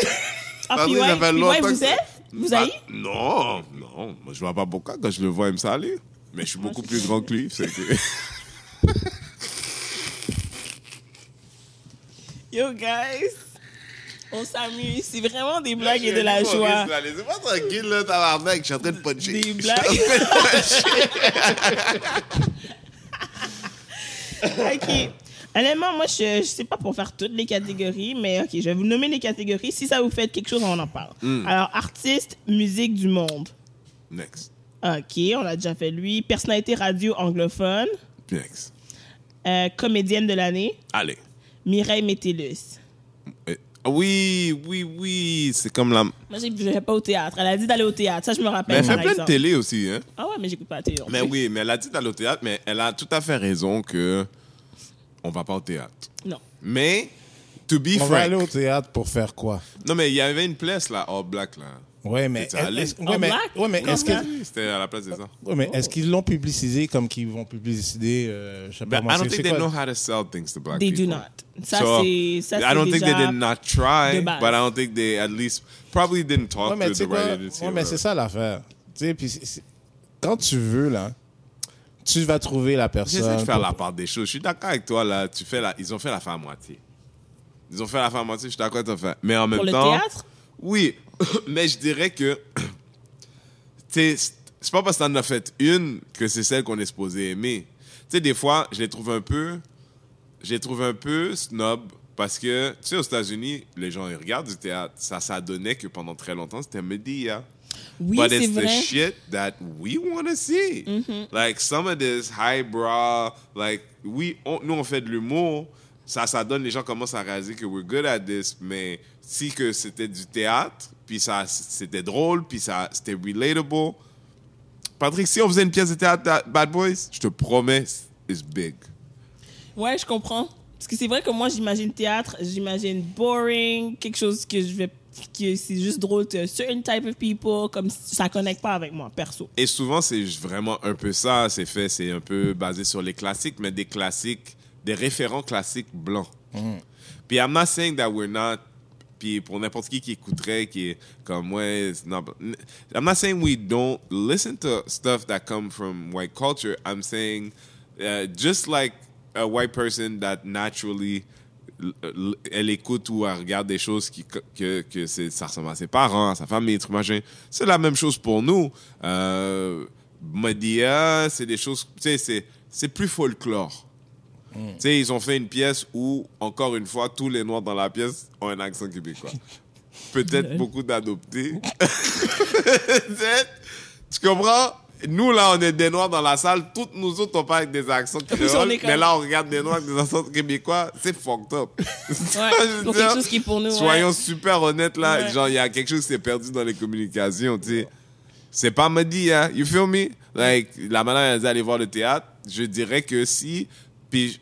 S3: Ah,
S1: Parce que
S3: puis ouais,
S1: ça fait
S3: puis ouais,
S1: longtemps
S3: vous
S1: que-
S3: êtes? Vous avez?
S1: Bah, Non, non. Moi, je vois pas pourquoi quand je le vois, il me salue. Mais je suis beaucoup plus grand que lui. c'est que-
S3: Yo guys, on s'amuse. C'est vraiment des blagues et
S1: J'ai
S3: de la
S1: un humoriste,
S3: joie.
S1: là. Laissez-moi tranquille, là, tabarnak. Je suis en train de puncher.
S3: Des
S1: Je suis en train de
S3: Ok. Honnêtement, moi, je, je sais pas pour faire toutes les catégories, mais ok, je vais vous nommer les catégories. Si ça vous fait quelque chose, on en parle.
S1: Hmm.
S3: Alors, artiste, musique du monde.
S1: Next.
S3: Ok, on a déjà fait lui. Personnalité radio anglophone.
S1: Next.
S3: Euh, comédienne de l'année.
S1: Allez.
S3: Mireille Métellus.
S1: Euh, Oui, oui, oui. C'est comme la.
S3: Moi, j'ai- je vais pas au théâtre. Elle a dit d'aller au théâtre. Ça, je me
S1: Mais
S3: rappelle.
S1: elle fait
S3: Ben, par
S1: plein de
S3: exemple.
S1: télé aussi, hein.
S3: Ah ouais, mais j'écoute pas la télé. non
S1: Mais
S3: plus.
S1: oui, mais elle a dit d'aller au théâtre, mais elle a tout à fait raison que on va pas au théâtre.
S3: Non.
S1: Mais, to be
S2: On va
S1: frank.
S2: aller au théâtre pour faire quoi?
S1: Non, mais il y avait une place là, all black là.
S2: Ouais, mais
S1: T'es allé?
S2: est-ce ouais,
S3: En
S2: mais-
S3: black?
S2: ouais, mais
S3: Non,
S2: est-ce que-
S3: mais-
S1: Oui, C'était à la place des gens.
S2: ouais, mais est-ce qu'ils l'ont publicisé comme qu'ils vont publiciser, euh, je sais
S1: But
S2: pas comment
S1: Ben, I don't
S2: c'est-
S1: think
S2: c'est
S1: they know
S2: quoi?
S1: how to sell things to black
S3: They do
S1: people.
S3: not. Ça,
S1: So,
S3: c'est. Ça,
S1: I don't
S3: c'est
S1: think they
S3: déjà-
S1: did not try,
S3: de base.
S1: but I don't think they at least probably didn't talk
S2: Ouais, mais
S1: to
S2: tu sais
S1: the
S2: quoi?
S1: right agency.
S2: Ouais, mais c'est ça l'affaire. Tu sais, puis c'est- c'est- quand tu veux, là, tu vas trouver la personne.
S1: J'essaie de faire
S2: pour-
S1: la part des choses. Je suis d'accord avec toi là. Tu fais la... Ils ont fait la fin à moitié. Ils ont fait la fin à moitié. Je suis d'accord avec toi. Mais en même
S3: Pour le
S1: temps.
S3: théâtre?
S1: Oui. Mais je dirais que, tu sais, c'est c'est pas parce que t'en as fait une que c'est celle qu'on est supposé aimer. Tu sais, des fois, je les trouve un peu, je les trouve un peu snob parce que, tu sais, aux États-Unis, les gens, ils regardent du théâtre. Ça, ça donnait que pendant très longtemps, c'était un média.
S3: Oui,
S1: but
S3: c'est
S1: it's the
S3: vrai. Mm-hmm.
S1: shit that we want to see. Like some of this highbrow, like we, on- nous on fait de l'humour, ça, ça donne les gens commencent à réaliser que we're good at this. Mais si que c'était du théâtre, puis ça, c'était drôle, puis ça, c'était relatable. Patrick, si on faisait une pièce de théâtre à Bad Boys, je te promets, it's big.
S3: Ouais, je comprends. Parce que c'est vrai que moi, j'imagine théâtre, j'imagine boring, quelque chose que je vais. que c'est juste drôle to a certain type of people, comme ça connecte pas avec moi, perso.
S1: Et souvent, c'est vraiment un peu ça. C'est fait, c'est un peu basé sur les classiques, mais des classiques, des référents classiques blancs. Puis I'm not saying that we're not. Puis pour n'importe qui qui écouterait, qui est comme moi, I'm not saying we don't listen to stuff that come from white culture. I'm saying uh, just like a white person that naturally l- l- elle écoute ou elle regarde des choses qui, que, que c'est- ça ressemble à ses parents, à sa famille, tout machin. C'est la même chose pour nous. Euh, Madea, c'est des choses, tu sais, c'est- c'est plus folklore.
S3: Mm.
S1: Tu sais, ils ont fait une pièce où, encore une fois, tous les noirs dans la pièce ont un accent québécois. Peut-être beaucoup d'adoptés. Peut-être. tu comprends? Nous, là, on est des noirs dans la salle. Toutes nous autres, on parle avec des accents
S3: plus, on
S1: créoles.
S3: est comme-
S1: Mais là, on regarde des noirs avec des accents québécois. C'est fucked up.
S3: Ouais,
S1: Je
S3: pour
S1: veux dire,
S3: quelque chose qui est pour nous. ouais.
S1: Soyons super honnêtes, là.
S3: Ouais.
S1: Genre, il y a quelque chose qui s'est perdu dans les communications, tu sais. C'est pas maudit, hein. You feel me? Like, la manière d'aller voir le théâtre, je dirais que si... Puis,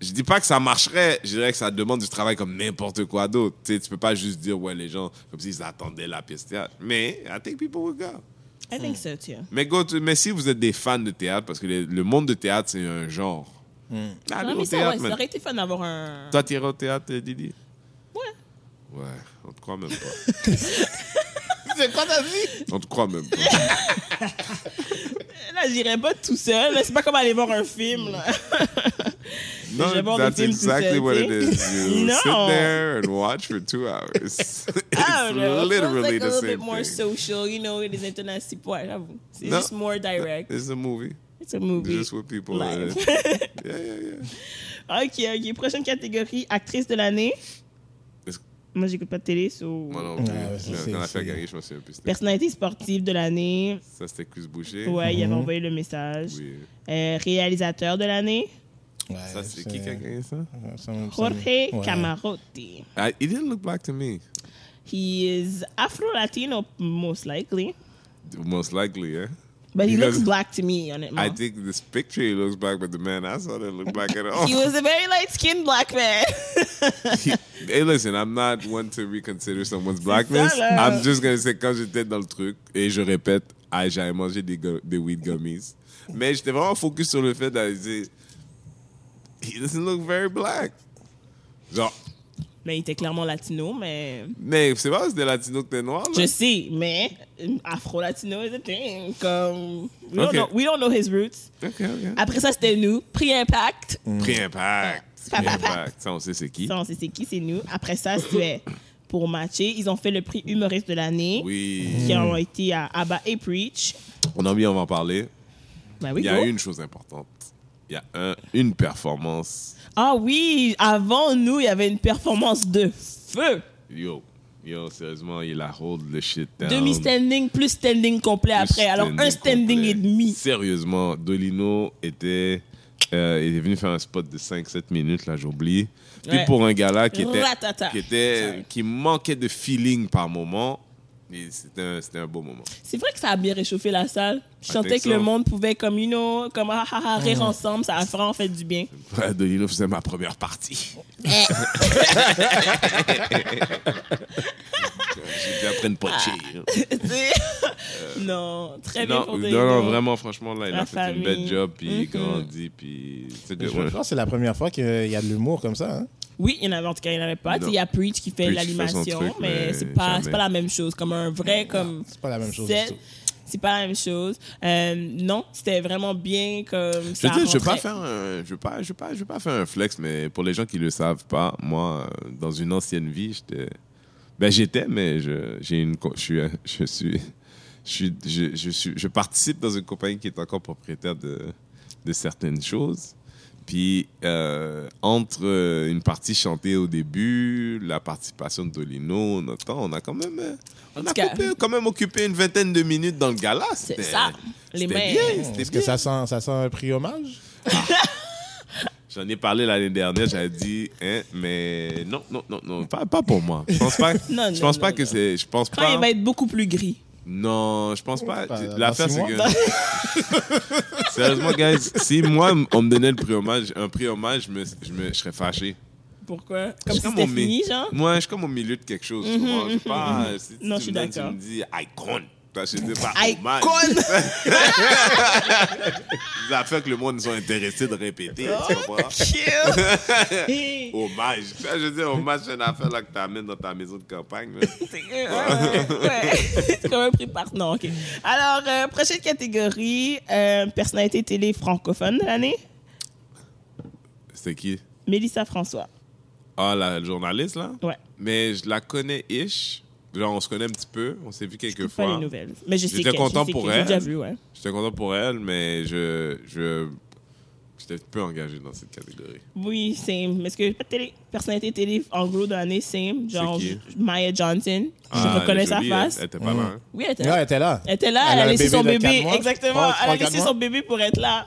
S1: je- je dis pas que ça marcherait. Je dirais que ça demande du travail comme n'importe quoi d'autre. Tu sais, tu peux pas juste dire, ouais, les gens, comme s'ils attendaient la pièce théâtre. Mais, I think people will go.
S3: I think so too.
S1: Mais, go to- mais si vous êtes des fans de théâtre, parce que le, le monde de théâtre, c'est un genre. Allez
S3: Non,
S1: au
S3: mais ça,
S1: théâtre,
S3: ouais, ça
S1: man.
S3: aurait été fun d'avoir un.
S1: Toi, t'irais au théâtre, euh, Didi?
S3: Ouais.
S1: Ouais, on te croit même pas. C'est quoi ta vie? On te croit même pas.
S3: Là, j'irais pas tout seul. là. C'est pas comme aller voir un film. Là. J'ai pas envie de
S1: that's
S3: film tout
S1: exactly
S3: seul,
S1: what it
S3: tu
S1: is. You
S3: Non. Ah,
S1: sit there and watch for two hours. It's
S3: I don't know. It feels
S1: literally
S3: like a
S1: the
S3: little
S1: same
S3: bit more
S1: thing.
S3: social. You know, it is international. Ouais, j'avoue. C'est
S1: Non.
S3: juste more direct.
S1: It's a movie.
S3: It's a movie.
S1: Just with people.
S3: Live.
S1: uh, yeah, yeah, yeah.
S3: Ok, ok. Prochaine catégorie, actrice de l'année.
S1: Est-ce-
S3: Moi, j'écoute pas de télé, so...
S1: Moi non plus.
S2: Ouais, ouais, c'est-
S1: Quand on a fait
S2: c'est-
S1: Gary, je me souviens plus. c'était-
S3: Personnalité sportive de l'année.
S1: Ça, c'était Chris Boucher.
S3: Ouais, il avait envoyé le message.
S1: Oui.
S3: Euh, réalisateur de l'année,
S2: Ouais,
S1: Ça, c'est qui qui a gagné ça?
S2: ça me- ça me-
S3: Jorge
S2: ouais.
S3: Camarote.
S1: I, Ah, he didn't look black to me.
S3: He is Afro-Latino, most likely.
S1: Most likely, yeah.
S3: But he
S1: Because-
S3: looks black to me, honnêtement.
S1: I think this picture he looks black, but the man I saw didn't look black at all.
S3: He was a very light-skinned black man.
S1: hey, listen, I'm not one to reconsider someone's blackness.
S3: ça, là.
S1: I'm just gonna say, quand j'étais dans le truc, et je répète, ah, j'avais mangé des, gu- des weed gummies. Mais j'étais vraiment focus sur le fait d'aller he doesn't look very black. Genre,
S3: mais il était clairement latino, mais...
S1: mais c'est pas parce que t'es latino que t'es noir, là.
S3: Je sais, mais euh, Afro-Latino is a thing. Comme... We, don't
S1: Ok.
S3: know, we don't know his roots.
S1: Ok, ok.
S3: Après ça, c'était nous. Pré-impact.
S1: Pris impact. Pris impact. Ça, on sait c'est qui.
S3: Ça, on sait c'est qui, c'est nous. Après ça, c'est pour matcher. Ils ont fait le prix humoriste de l'année.
S1: Oui.
S3: Qui ont été à Abba et Preach.
S1: On a mis, on va en parler.
S3: Ben oui,
S1: Il y a
S3: go.
S1: une chose importante. Il y a un- une performance.
S3: Ah oui, avant nous, il y avait une performance de feu.
S1: Yo, yo, sérieusement, il a hold le shit down.
S3: Demi-standing plus standing complet
S1: Le
S3: après. Alors un standing
S1: Euh, complet.
S3: et demi.
S1: Sérieusement, Dolino était. euh, il est venu faire un spot de 5-7 minutes, là, j'oublie. Puis
S3: Ouais.
S1: pour un gars-là qui était.
S3: Ratata.
S1: Qui, était
S3: Sorry.
S1: qui manquait de feeling par moment, et c'était un, c'était un beau moment.
S3: C'est vrai que ça a bien réchauffé la salle. Je
S1: I
S3: sentais
S1: think
S3: que le
S1: so.
S3: monde pouvait, comme, you know, comme, ah, ah, ah, rire ensemble. Ça a vraiment fait du bien.
S1: Ouais, Dolino faisait ma première partie.
S3: Eh.
S1: J'étais en train de pocher.
S3: Tu sais? non, Ah, très bien
S1: Euh. Non,
S3: pour
S1: non,
S3: Dolino.
S1: non, vraiment, franchement, là, il
S3: La
S1: a fait une belle
S3: famille. Mm-hmm.
S1: job, puis il grandit, puis. c'est
S2: Je
S1: good, ouais.
S2: pense que c'est la première fois qu'il y a de l'humour comme ça. hein.
S3: Oui, il y en avait en tout cas, il n'y en avait pas. Tu sais,
S1: Non.
S3: Il y a Preach qui fait
S1: Preach qui fait son
S3: l'animation,
S1: truc,
S3: mais,
S1: mais
S3: c'est pas,
S1: jamais.
S3: c'est pas la même chose. Comme un vrai, comme.
S2: c'est pas la même chose
S3: set,
S2: du tout.
S3: C'est pas la même chose. Euh, non, c'était vraiment bien comme
S1: Je
S3: ça.
S1: veux dire, je vais pas
S3: rentrait.
S1: faire un, je vais pas, je vais pas, je vais pas faire un flex, mais pour les gens qui le savent pas, moi, euh, dans une ancienne vie, j'étais Ben, j'étais, mais je, j'ai une, co- je suis, euh, je suis, je suis, je, je suis, je participe dans une compagnie qui est encore propriétaire de, de certaines choses. Puis, euh, entre euh, une partie chantée au début, la participation de Dolino, notre temps, on a quand même, euh, on
S3: tout
S1: a
S3: cas-
S1: coupé- quand même occupé une vingtaine de minutes dans le gala.
S3: C'est
S1: C'était-
S3: ça. Les
S1: c'était
S3: mains.
S1: bien, c'était
S2: Est-ce
S1: bien.
S2: que ça sent, ça sent un prix hommage?
S1: J'en ai parlé l'année dernière, j'avais dit, hein, mais non, non, non, non, pas, pas pour moi. Je pense pas,
S3: Non,
S1: je pense
S3: non,
S1: pas
S3: non,
S1: que
S3: non.
S1: c'est, je pense
S3: Quand
S1: pas.
S3: il va être beaucoup plus gris.
S1: Non, je pense pas.
S2: Bah,
S1: L'affaire,
S2: dans six
S1: c'est que.
S2: mois.
S1: Sérieusement, guys, si moi, on me donnait le prix hommage, un prix hommage, je, me, je, me- je serais fâché.
S3: Pourquoi? Comme
S1: Je
S3: si
S1: suis
S3: c'était
S1: au mi-
S3: fini, genre. Mhm,
S1: Moi, je suis comme au milieu de quelque chose. tu vois. Je sais pas, si
S3: Non, je
S1: tu
S3: suis
S1: me donnes, tu
S3: d'accord.
S1: me dis icon. Parce que c'est pas hommage.
S3: Icône!
S1: Des affaires que le monde sont intéressés de répéter.
S3: Oh.
S1: Tu comprends? Hommage. Ça, Je veux dire, hommage, c'est une affaire là, que tu amènes dans ta maison de campagne. là.
S3: C'est quand même pris par. Non, OK. Alors, euh, prochaine catégorie, euh, personnalité télé francophone de l'année,
S1: C'est qui?
S3: Mélissa François.
S1: Ah, la journaliste, là?
S3: Ouais.
S1: Mais je la connais ish. Genre, on se connaît un petit peu. On s'est vu quelques
S3: Écoute
S1: fois.
S3: Pas les nouvelles. Mais je sais
S1: J'étais
S3: que-
S1: content
S3: je sais
S1: pour
S3: que
S1: elle.
S3: J'ai déjà vu, ouais.
S1: J'étais content pour elle, mais je. je J'étais peu engagé dans cette catégorie.
S3: Oui, same. Est-ce que télé, personnalité télé anglo de l'année, same? Genre,
S1: qui?
S3: je- Maya Johnson. je
S1: Ah,
S3: reconnais
S1: elle est
S3: sa
S1: jolie,
S3: face.
S1: Elle, elle était pas
S2: Mhm.
S1: mal. hein.
S3: Oui, elle était
S2: Ouais,
S3: là.
S2: elle était là.
S3: Elle était là,
S2: Elle
S3: elle,
S2: a
S3: a
S2: un
S3: laissé
S2: bébé
S3: son
S2: de quatre
S3: bébé.
S2: mois.
S1: Oh,
S3: Exactement.
S2: Trois-
S3: Elle
S2: trois,
S3: a laissé
S2: quatre
S3: son bébé pour être là.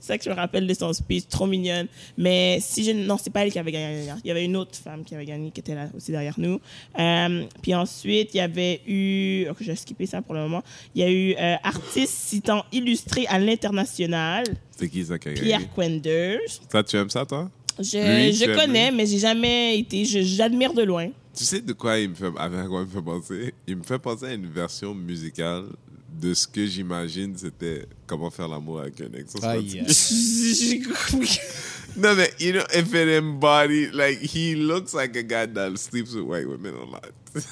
S3: C'est ça que je me rappelle de son speech. Trop mignonne. Mais si je. Non, c'est pas elle qui avait gagné l'année dernière. Il y avait une autre femme qui avait gagné, qui était là aussi derrière nous. Euh, puis ensuite, il y avait eu. oh, ok, J'ai skippé ça pour le moment. Il y a eu euh, artiste citant illustré à l'international,
S1: C'est qui ça qui a
S3: Pierre
S1: gagné?
S3: Quenders.
S1: Ça, tu aimes ça, toi?
S3: Je,
S1: Lui,
S3: je
S1: tu aimes
S3: connais, mais j'ai jamais été. je- J'admire de loin.
S1: Tu sais de quoi il me fait, avec quoi il me fait penser? Il me fait penser à une version musicale de ce que j'imagine c'était comment faire l'amour avec un ex. Ça, c'est
S2: Aïe.
S1: pas- No, but you know, if it embodied, like he looks like a guy that sleeps with white women a lot.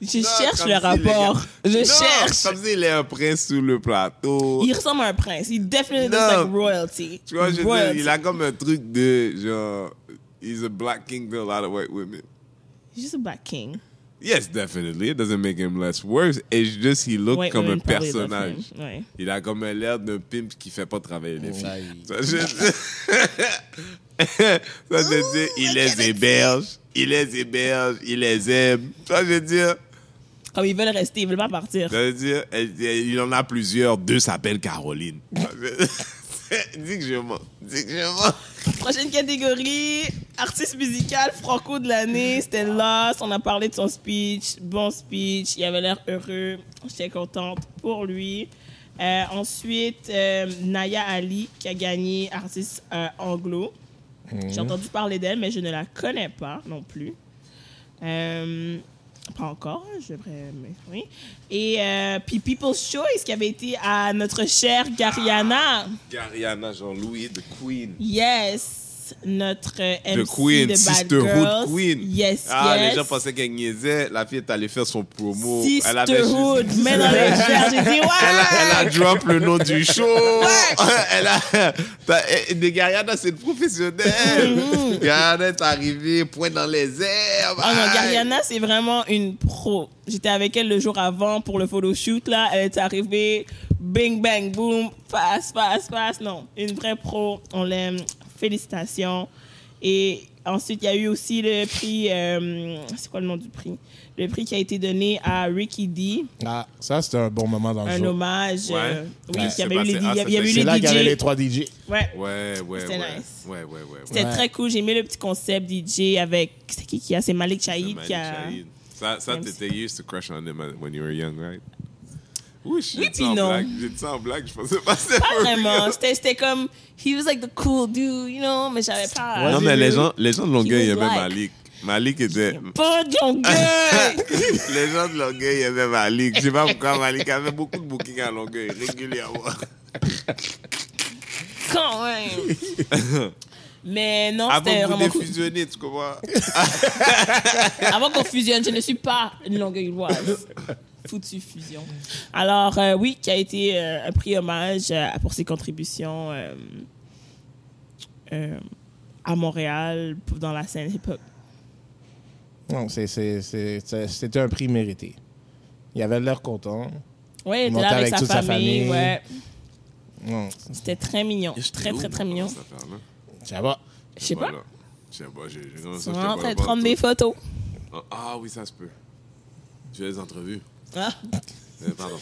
S3: Je
S1: Non, comme
S3: cherche le
S1: si les gars-
S3: rapport. Je
S1: Non,
S3: cherche.
S1: Comme s'il est un prince sur le plateau.
S3: Il ressemble à un prince. Il definitely looks
S1: Non.
S3: like royalty.
S1: Tu vois, je veux dire,
S3: Royalty.
S1: il a comme un truc de genre, he's a black king to a lot of white women.
S3: He's just a black king.
S1: Yes, definitely. It doesn't make him less worse. It's just he looks
S3: White
S1: comme un
S3: women probably love
S1: personnage.
S3: him. Ouais.
S1: Il a comme l'air d'un pimp qui fait pas travailler les filles.
S2: Aïe.
S1: Ça, je, Ça, je veux dire, il les héberge, il les héberge, il les aime. Ça, je veux dire,
S3: Comme ils veulent rester, ils veulent pas partir.
S1: ça veut dire, elle- elle- il en a plusieurs. Deux s'appellent Caroline. Ça, je- dis que je mens, dis que je mens.
S3: Prochaine catégorie, artiste musical franco de l'année. C'était Lost. On a parlé de son speech. Bon speech. Il avait l'air heureux. J'étais contente pour lui. Euh, ensuite, euh, Naya Ali qui a gagné artiste euh, anglo. J'ai entendu parler d'elle, mais je ne la connais pas non plus. Euh, pas encore, hein, je devrais. mais oui. Et euh, puis People's Choice qui avait été à notre chère Gariana.
S1: Gariana Jean-Louis, The Queen.
S3: Yes, notre euh, MC
S1: The Queen,
S3: de Bad
S1: Sisterhood
S3: Girls.
S1: Queen.
S3: Yes,
S1: ah,
S3: yes.
S1: les gens pensaient qu'elle niaisait. La fille est allée faire son promo. Elle avait juste-
S3: Sisterhood, mais dans les airs, j'ai dit ouais.
S1: Elle a, elle a drop le nom du show. Elle a. t'as- eh, Des Gariana, c'est le professionnel. Gariana est arrivée, point dans les airs.
S3: Oh Mm-hmm. non, Gariana, c'est vraiment une pro. J'étais avec elle le jour avant pour le photoshoot, là. Elle est arrivée, bing, bang, boom, passe, passe, passe. Non, une vraie pro. On l'aime. Félicitations. Et ensuite, il y a eu aussi le prix... euh, c'est quoi le nom du prix? Le prix qui a été donné à Ricky D.
S2: Ah, ça, c'était un bon moment dans le
S3: un
S2: jour.
S3: hommage.
S1: Ouais.
S3: euh, oui,
S1: Ouais.
S3: il y avait eu les,
S1: C'est passé. Ah,
S3: il y avait eu
S1: c'est
S2: C'est là
S3: les
S2: qu'il y avait
S3: DJ.
S2: les trois DJ.
S3: Ouais.
S1: Ouais, ouais,
S3: C'était
S1: ouais.
S3: nice.
S1: Ouais, ouais, ouais. ouais.
S3: C'était
S2: Ouais.
S3: très cool. J'ai aimé le petit concept DJ avec. C'est qui qui a C'est Malik Chaïd
S1: Malik
S3: qui a.
S1: Shahid. Ça, ça
S3: Même
S1: t'étais used to crush on him when you were young, right?
S3: Oui,
S1: oui,
S3: puis non.
S1: J'ai dit ça en blague, je pensais pas que c'était
S3: Pas
S1: for real.
S3: vraiment. C'était c'était comme. He was like the cool dude, you know, mais j'avais pas.
S1: Non,
S2: Vas-y,
S1: mais les
S2: Lou.
S1: gens, les gens de Longueuil
S3: He
S1: aimaient
S3: was like-
S1: Malik. Malik était.
S3: Pas de longueur!
S1: les gens de Longueuil aimaient Malik. Je sais pas pourquoi Malik avait beaucoup de bookings à Longueuil, régulièrement.
S3: Quand même! Mais non,
S1: Avant
S3: c'était
S1: que
S3: vraiment
S1: vous
S3: cool.
S1: défusionniez, tu comprends?
S3: Avant qu'on fusionne, je ne suis pas une longueuilloise. Foutue fusion. Alors, euh, oui, qui a été euh, un prix hommage euh, pour ses contributions euh, euh, à Montréal dans la scène hip-hop.
S2: Non, c'est- c'est- c'est- c'est- c'était un prix mérité. Il avait l'air content.
S3: Ouais, il était
S2: Monté
S3: là avec,
S2: avec
S3: sa,
S2: toute sa
S3: famille.
S2: famille.
S3: Ouais.
S2: Non,
S3: C'était très mignon. Très, très, très mignon.
S2: ça va.
S3: Je sais pas.
S1: Je sais pas, j'ai j'ai
S3: Ils
S1: commencé
S3: sont
S1: à
S3: en train de prendre des photos.
S1: Ah, Ah oui, ça se peut. Je fais des entrevues.
S3: Ah.
S1: Euh, pardon.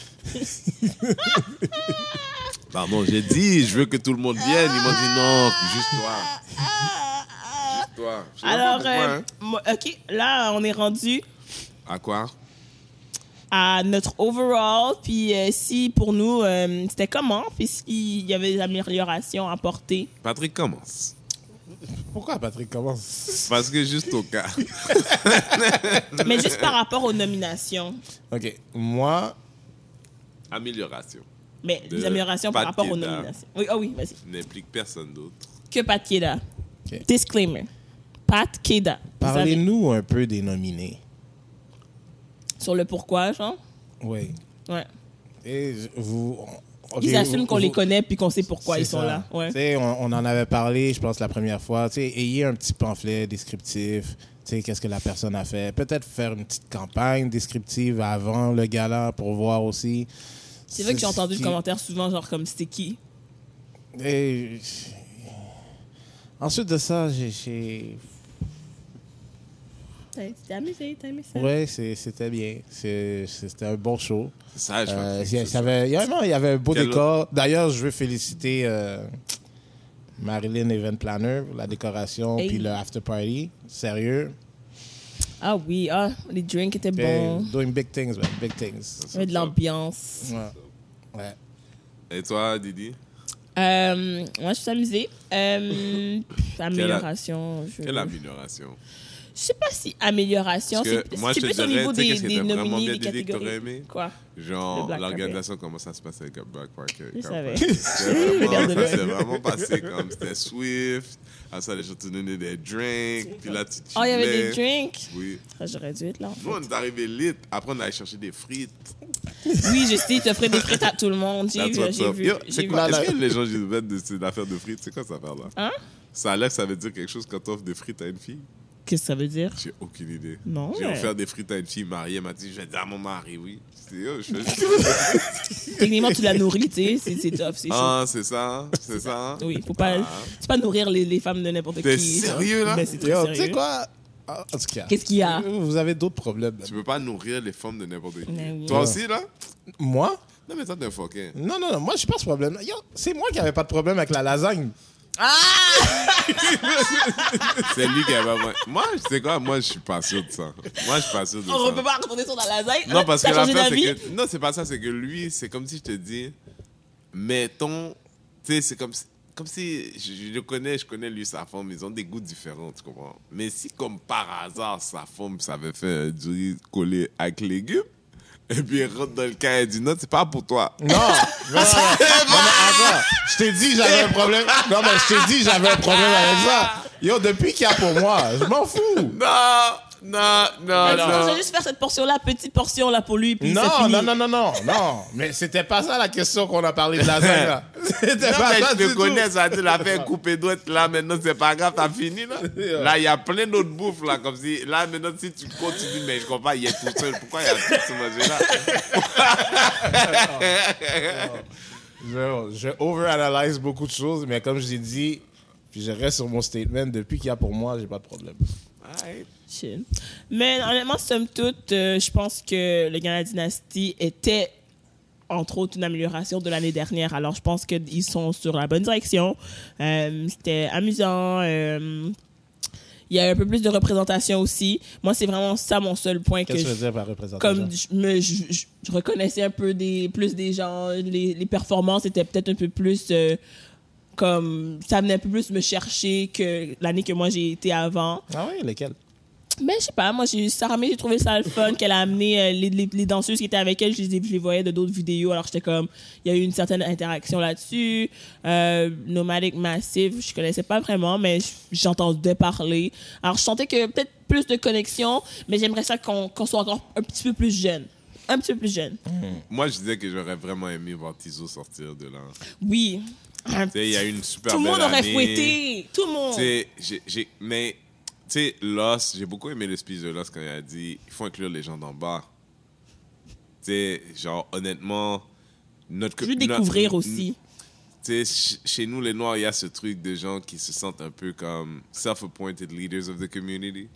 S1: pardon, j'ai dit, je veux que tout le monde vienne. Ils m'ont dit non, juste toi. Juste toi. Je sais pas
S3: Ah, Alors,
S1: pourquoi,
S3: euh,
S1: hein.
S3: moi- OK, là, on est rendu
S1: À quoi
S3: à notre overall. Puis euh, si, pour nous, euh, c'était comment? Puis s'il y avait des améliorations à apporter.
S1: Patrick commence.
S2: Pourquoi Patrick commence
S1: Parce que juste au cas.
S3: Mais juste par rapport aux nominations.
S2: Ok, moi,
S1: Amélioration.
S3: Mais
S1: De
S3: des améliorations par
S1: Pat
S3: rapport aux
S1: Kedah.
S3: nominations. Oui, ah oui, vas-y.
S1: Je n'implique personne d'autre.
S3: Que Pat Keda.
S2: Ok.
S3: Disclaimer. Pat Keda. Vous savez,
S2: parlez-nous un peu des nominés.
S3: Sur le pourquoi, genre.
S2: Oui.
S3: Ouais.
S2: Et je- vous. ok,
S3: Ils assument
S2: vous-
S3: qu'on les
S2: vous-
S3: connaît puis qu'on sait pourquoi
S2: C'est
S3: ils sont
S2: ça.
S3: là. Ouais.
S2: Tu sais, On, on en avait parlé, je pense, la première fois. Tu sais, ayez un petit pamphlet descriptif. Tu sais, Qu'est-ce que la personne a fait? Peut-être faire une petite campagne descriptive avant le gala pour voir aussi.
S3: C'est vrai que j'ai entendu
S2: ce
S3: le
S2: qui-
S3: commentaire souvent, genre comme c'était qui
S2: Et- Ensuite de ça, j'ai- j'ai.
S3: T'as amusé, t'as aimé ça.
S2: Ouais, c'est- c'était bien. C'est- C'était un bon show.
S1: C'est Sage,
S2: Euh,
S1: Patrick.
S2: il y a-
S1: c'est
S2: ça avait- il y a- non, il y avait un beau
S1: Quel-
S2: décor. D'ailleurs, je veux féliciter euh, Marilyn Event Planner pour la décoration
S3: Hey.
S2: puis le after party. Sérieux.
S3: Ah oui, ah, les drinks étaient
S2: Hey,
S3: bons.
S2: Doing big things, man. Big things.
S3: Il y avait de l'ambiance.
S2: Ouais. Ouais.
S1: Et toi, Didi
S3: Euh, moi, je suis amusée. Euh, pff, amélioration. Je...
S2: Euh.
S1: Quelle amélioration
S3: je sais pas si amélioration.
S1: Parce que
S3: C'est
S1: moi,
S3: c'est
S1: je te
S3: plus au
S1: dirais,
S3: niveau
S1: tu sais,
S3: des,
S1: qu'est-ce que
S3: des
S1: t'as vraiment
S3: nominés,
S1: bien
S3: des
S1: dit que t'aurais
S3: catégories.
S1: aimé?
S3: Quoi Le
S1: Genre,
S3: Black
S1: l'organisation, comment ça se passait avec le Black Parker comme-
S3: Je savais.
S1: C'est vraiment-
S3: Regarde-le.
S1: ça s'est vraiment passé comme c'était Swift. Après ça, les gens te donnaient des drinks. Puis là, tu
S3: Oh, il y avait
S1: chillais.
S3: des drinks.
S1: Oui.
S3: Ah, J'aurais dû être là. en fait.
S1: Nous, on est arrivés lit. Après, on allait chercher des frites.
S3: Oui, je sais, ils t'offraient des frites à tout le monde. J'ai
S1: That's
S3: vu,
S1: what's
S3: j'ai
S1: up.
S3: vu.
S1: Yo,
S3: j'ai
S1: C'est
S3: vu.
S1: quoi? Est-ce que les gens disent de cette affaire de frites? C'est quoi cette affaire-là?
S3: Hein?
S1: Ça a l'air que ça veut dire quelque chose quand t'offres des frites à une fille?
S3: Qu'est-ce que ça veut dire?
S1: J'ai aucune idée.
S3: Non,
S1: J'ai
S3: mais-
S1: offert des frites à une fille mariée. Elle m'a dit, je vais dire à mon mari, oui. C'est yo, je fais juste-
S3: Techniquement, tu la nourris, tu sais, c'est- c'est tough, c'est chaud.
S1: Ah, c'est ça? C'est ça?
S3: Oui, faut pas,
S1: Ah.
S3: c'est pas nourrir les, les femmes de n'importe qui.
S1: T'es
S3: genre.
S1: sérieux, là?
S3: Ben, c'est très
S2: Yo, Tu
S3: sérieux.
S2: sais quoi? Ah, En tout cas,
S3: Qu'est-ce qu'il y a?
S2: vous avez d'autres problèmes.
S1: Tu peux pas nourrir les femmes de n'importe qui.
S3: Mais oui.
S1: Toi aussi, là?
S2: Moi?
S1: Non, mais toi, t'es un fucking.
S2: Non, non, non. Moi, j'ai pas ce problème. Yo, c'est moi qui avais pas de problème avec la lasagne.
S1: C'est lui qui avait. Moi, Moi, tu sais quoi? Moi, je suis pas sûr de ça. Moi, je suis pas sûr de
S3: On
S1: ça.
S3: peut pas retourner sur la lasagne.
S1: Non, parce que
S3: T'as changé
S1: l'affaire, c'est
S3: d'avis?
S1: que. Non, c'est pas ça, c'est que lui, c'est comme si je te dis, mettons. Tu sais, c'est comme si. Comme si je, je le connais, je connais lui, sa femme, ils ont des goûts différents, tu comprends? Mais si, comme par hasard, sa femme savait faire un du riz collé avec légumes, et puis elle rentre dans le cas et dit non, c'est pas pour toi.
S2: Non, non, non, non, non, attends. Je t'ai dit j'avais un problème. Non, mais je t'ai dit j'avais un problème avec ça. Yo, depuis qu'il y a pour moi, je m'en fous.
S1: Non, non, non,
S3: Ah, non,
S1: non.
S3: je vais juste faire cette portion-là, petite portion là pour lui. Puis c'est
S2: Non,
S3: fini.
S2: non, non, non, non, non. Mais c'était pas ça la question qu'on a parlé de lasagne, là. C'était
S1: Non,
S2: pas
S1: mais
S2: ça
S1: je
S2: du
S1: te
S2: tout.
S1: connais, ça a dit la fait couper d'autres là, maintenant c'est pas grave, t'as fini là. Là, il y a plein d'autres bouffes là, comme si là, maintenant si tu continues, mais je comprends, il est tout seul, pourquoi il y a tout ce manger là
S2: Je, je overanalyse beaucoup de choses, mais comme je l'ai dit, puis je reste sur mon statement, depuis qu'il y a pour moi, j'ai pas de problème.
S3: Chill. Mais honnêtement, somme toute, euh, je pense que le Ghana Dynasty était, entre autres, une amélioration de l'année dernière. Alors, je pense qu'ils sont sur la bonne direction. Euh, C'était amusant. euh, il y a un peu plus de représentation aussi. Moi, c'est vraiment ça mon seul point que
S2: Qu'est-ce que je
S3: je-
S2: veux dire par représentation?
S3: comme je, me, je, je- je reconnaissais un peu des, plus des gens, les, les performances étaient peut-être un peu plus euh, comme ça venait un peu plus me chercher que l'année que moi j'ai été avant.
S2: Ah oui, lequel?
S3: Mais Ben, je sais pas, moi j'ai Sarah May, j'ai trouvé ça le fun qu'elle a amené euh, les, les, les danseuses qui étaient avec elle, je les, ai- je les voyais de d'autres vidéos, alors j'étais comme il y a eu une certaine interaction là-dessus. Euh, Nomadic Massive, je connaissais pas vraiment mais j- j'entendais parler. Alors je sentais que peut-être plus de connexion, mais j'aimerais ça qu'on qu'on soit encore un petit peu plus jeune. Un petit peu plus jeune.
S1: Moi, je disais que j'aurais vraiment aimé voir Tizo sortir de là.
S3: Oui. Un
S1: Tu sais, il y a eu une super
S3: Tout le
S1: belle
S3: monde aurait
S1: année.
S3: fouetté. Tout le monde.
S1: Tu sais, j'ai- j'ai- mais, tu sais, Lost, j'ai beaucoup aimé le speech de Lost quand il a dit il faut inclure les gens d'en bas. Tu sais, genre, honnêtement, notre.
S3: Je veux
S1: notre-
S3: découvrir aussi.
S1: Tu sais, ch- chez nous, les Noirs, il y a ce truc de gens qui se sentent un peu comme self-appointed leaders of the community,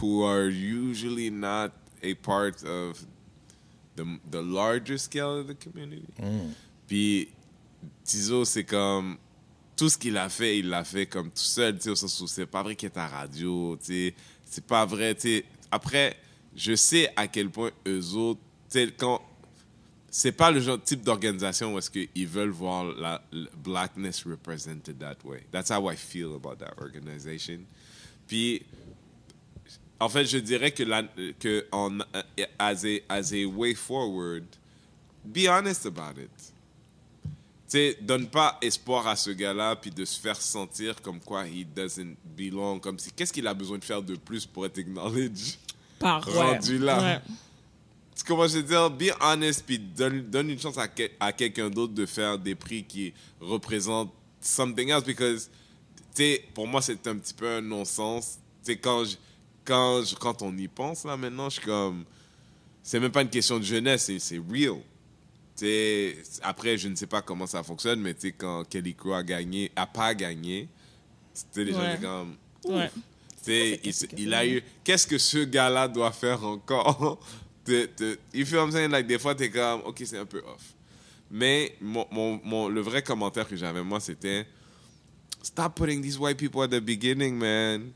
S1: who are usually not a part of the, the larger scale of the community. Puis, Tizo, c'est comme tout ce qu'il a fait, il l'a fait comme tout seul, tu sais, au sens où c'est pas vrai qu'il est à la radio, tu sais, c'est pas vrai, tu sais. Après, je sais à quel point eux autres, tu sais, quand. C'est pas le genre, type d'organisation où est-ce qu'ils veulent voir la, le blackness represented that way. That's how I feel about that organization. Puis, en fait, je dirais que, la, que en, as, a, as a way forward, be honest about it tu sais, donne pas espoir à ce gars-là, puis de se faire sentir comme quoi he doesn't belong, comme si qu'est-ce qu'il a besoin de faire de plus pour être acknowledged.
S3: Par
S1: rendu
S3: ouais.
S1: là.
S3: Ouais.
S1: Tu commences à dire, be honest, puis donne, donne une chance à, quel- à quelqu'un d'autre de faire des prix qui représentent something else, because, tu sais, pour moi, c'est un petit peu un non-sens. Tu sais, quand, je- quand, je- quand on y pense, là, maintenant, je suis comme, c'est même pas une question de jeunesse, c'est- c'est real. Tu sais, après, je ne sais pas comment ça fonctionne, mais tu sais, quand Kelly Crow a gagné, a pas gagné, tu sais, les gens
S3: Ouais.
S1: étaient comme,
S3: Ouais.
S1: tu sais, il, s- il a eu. Qu'est-ce que ce gars-là doit faire encore? Tu- tu- You feel what I'm saying? Like, des fois, t'es comme, OK, c'est un peu off. Mais mon, mon, mon- le vrai commentaire que j'avais, moi, c'était Stop putting these white people at the beginning, man.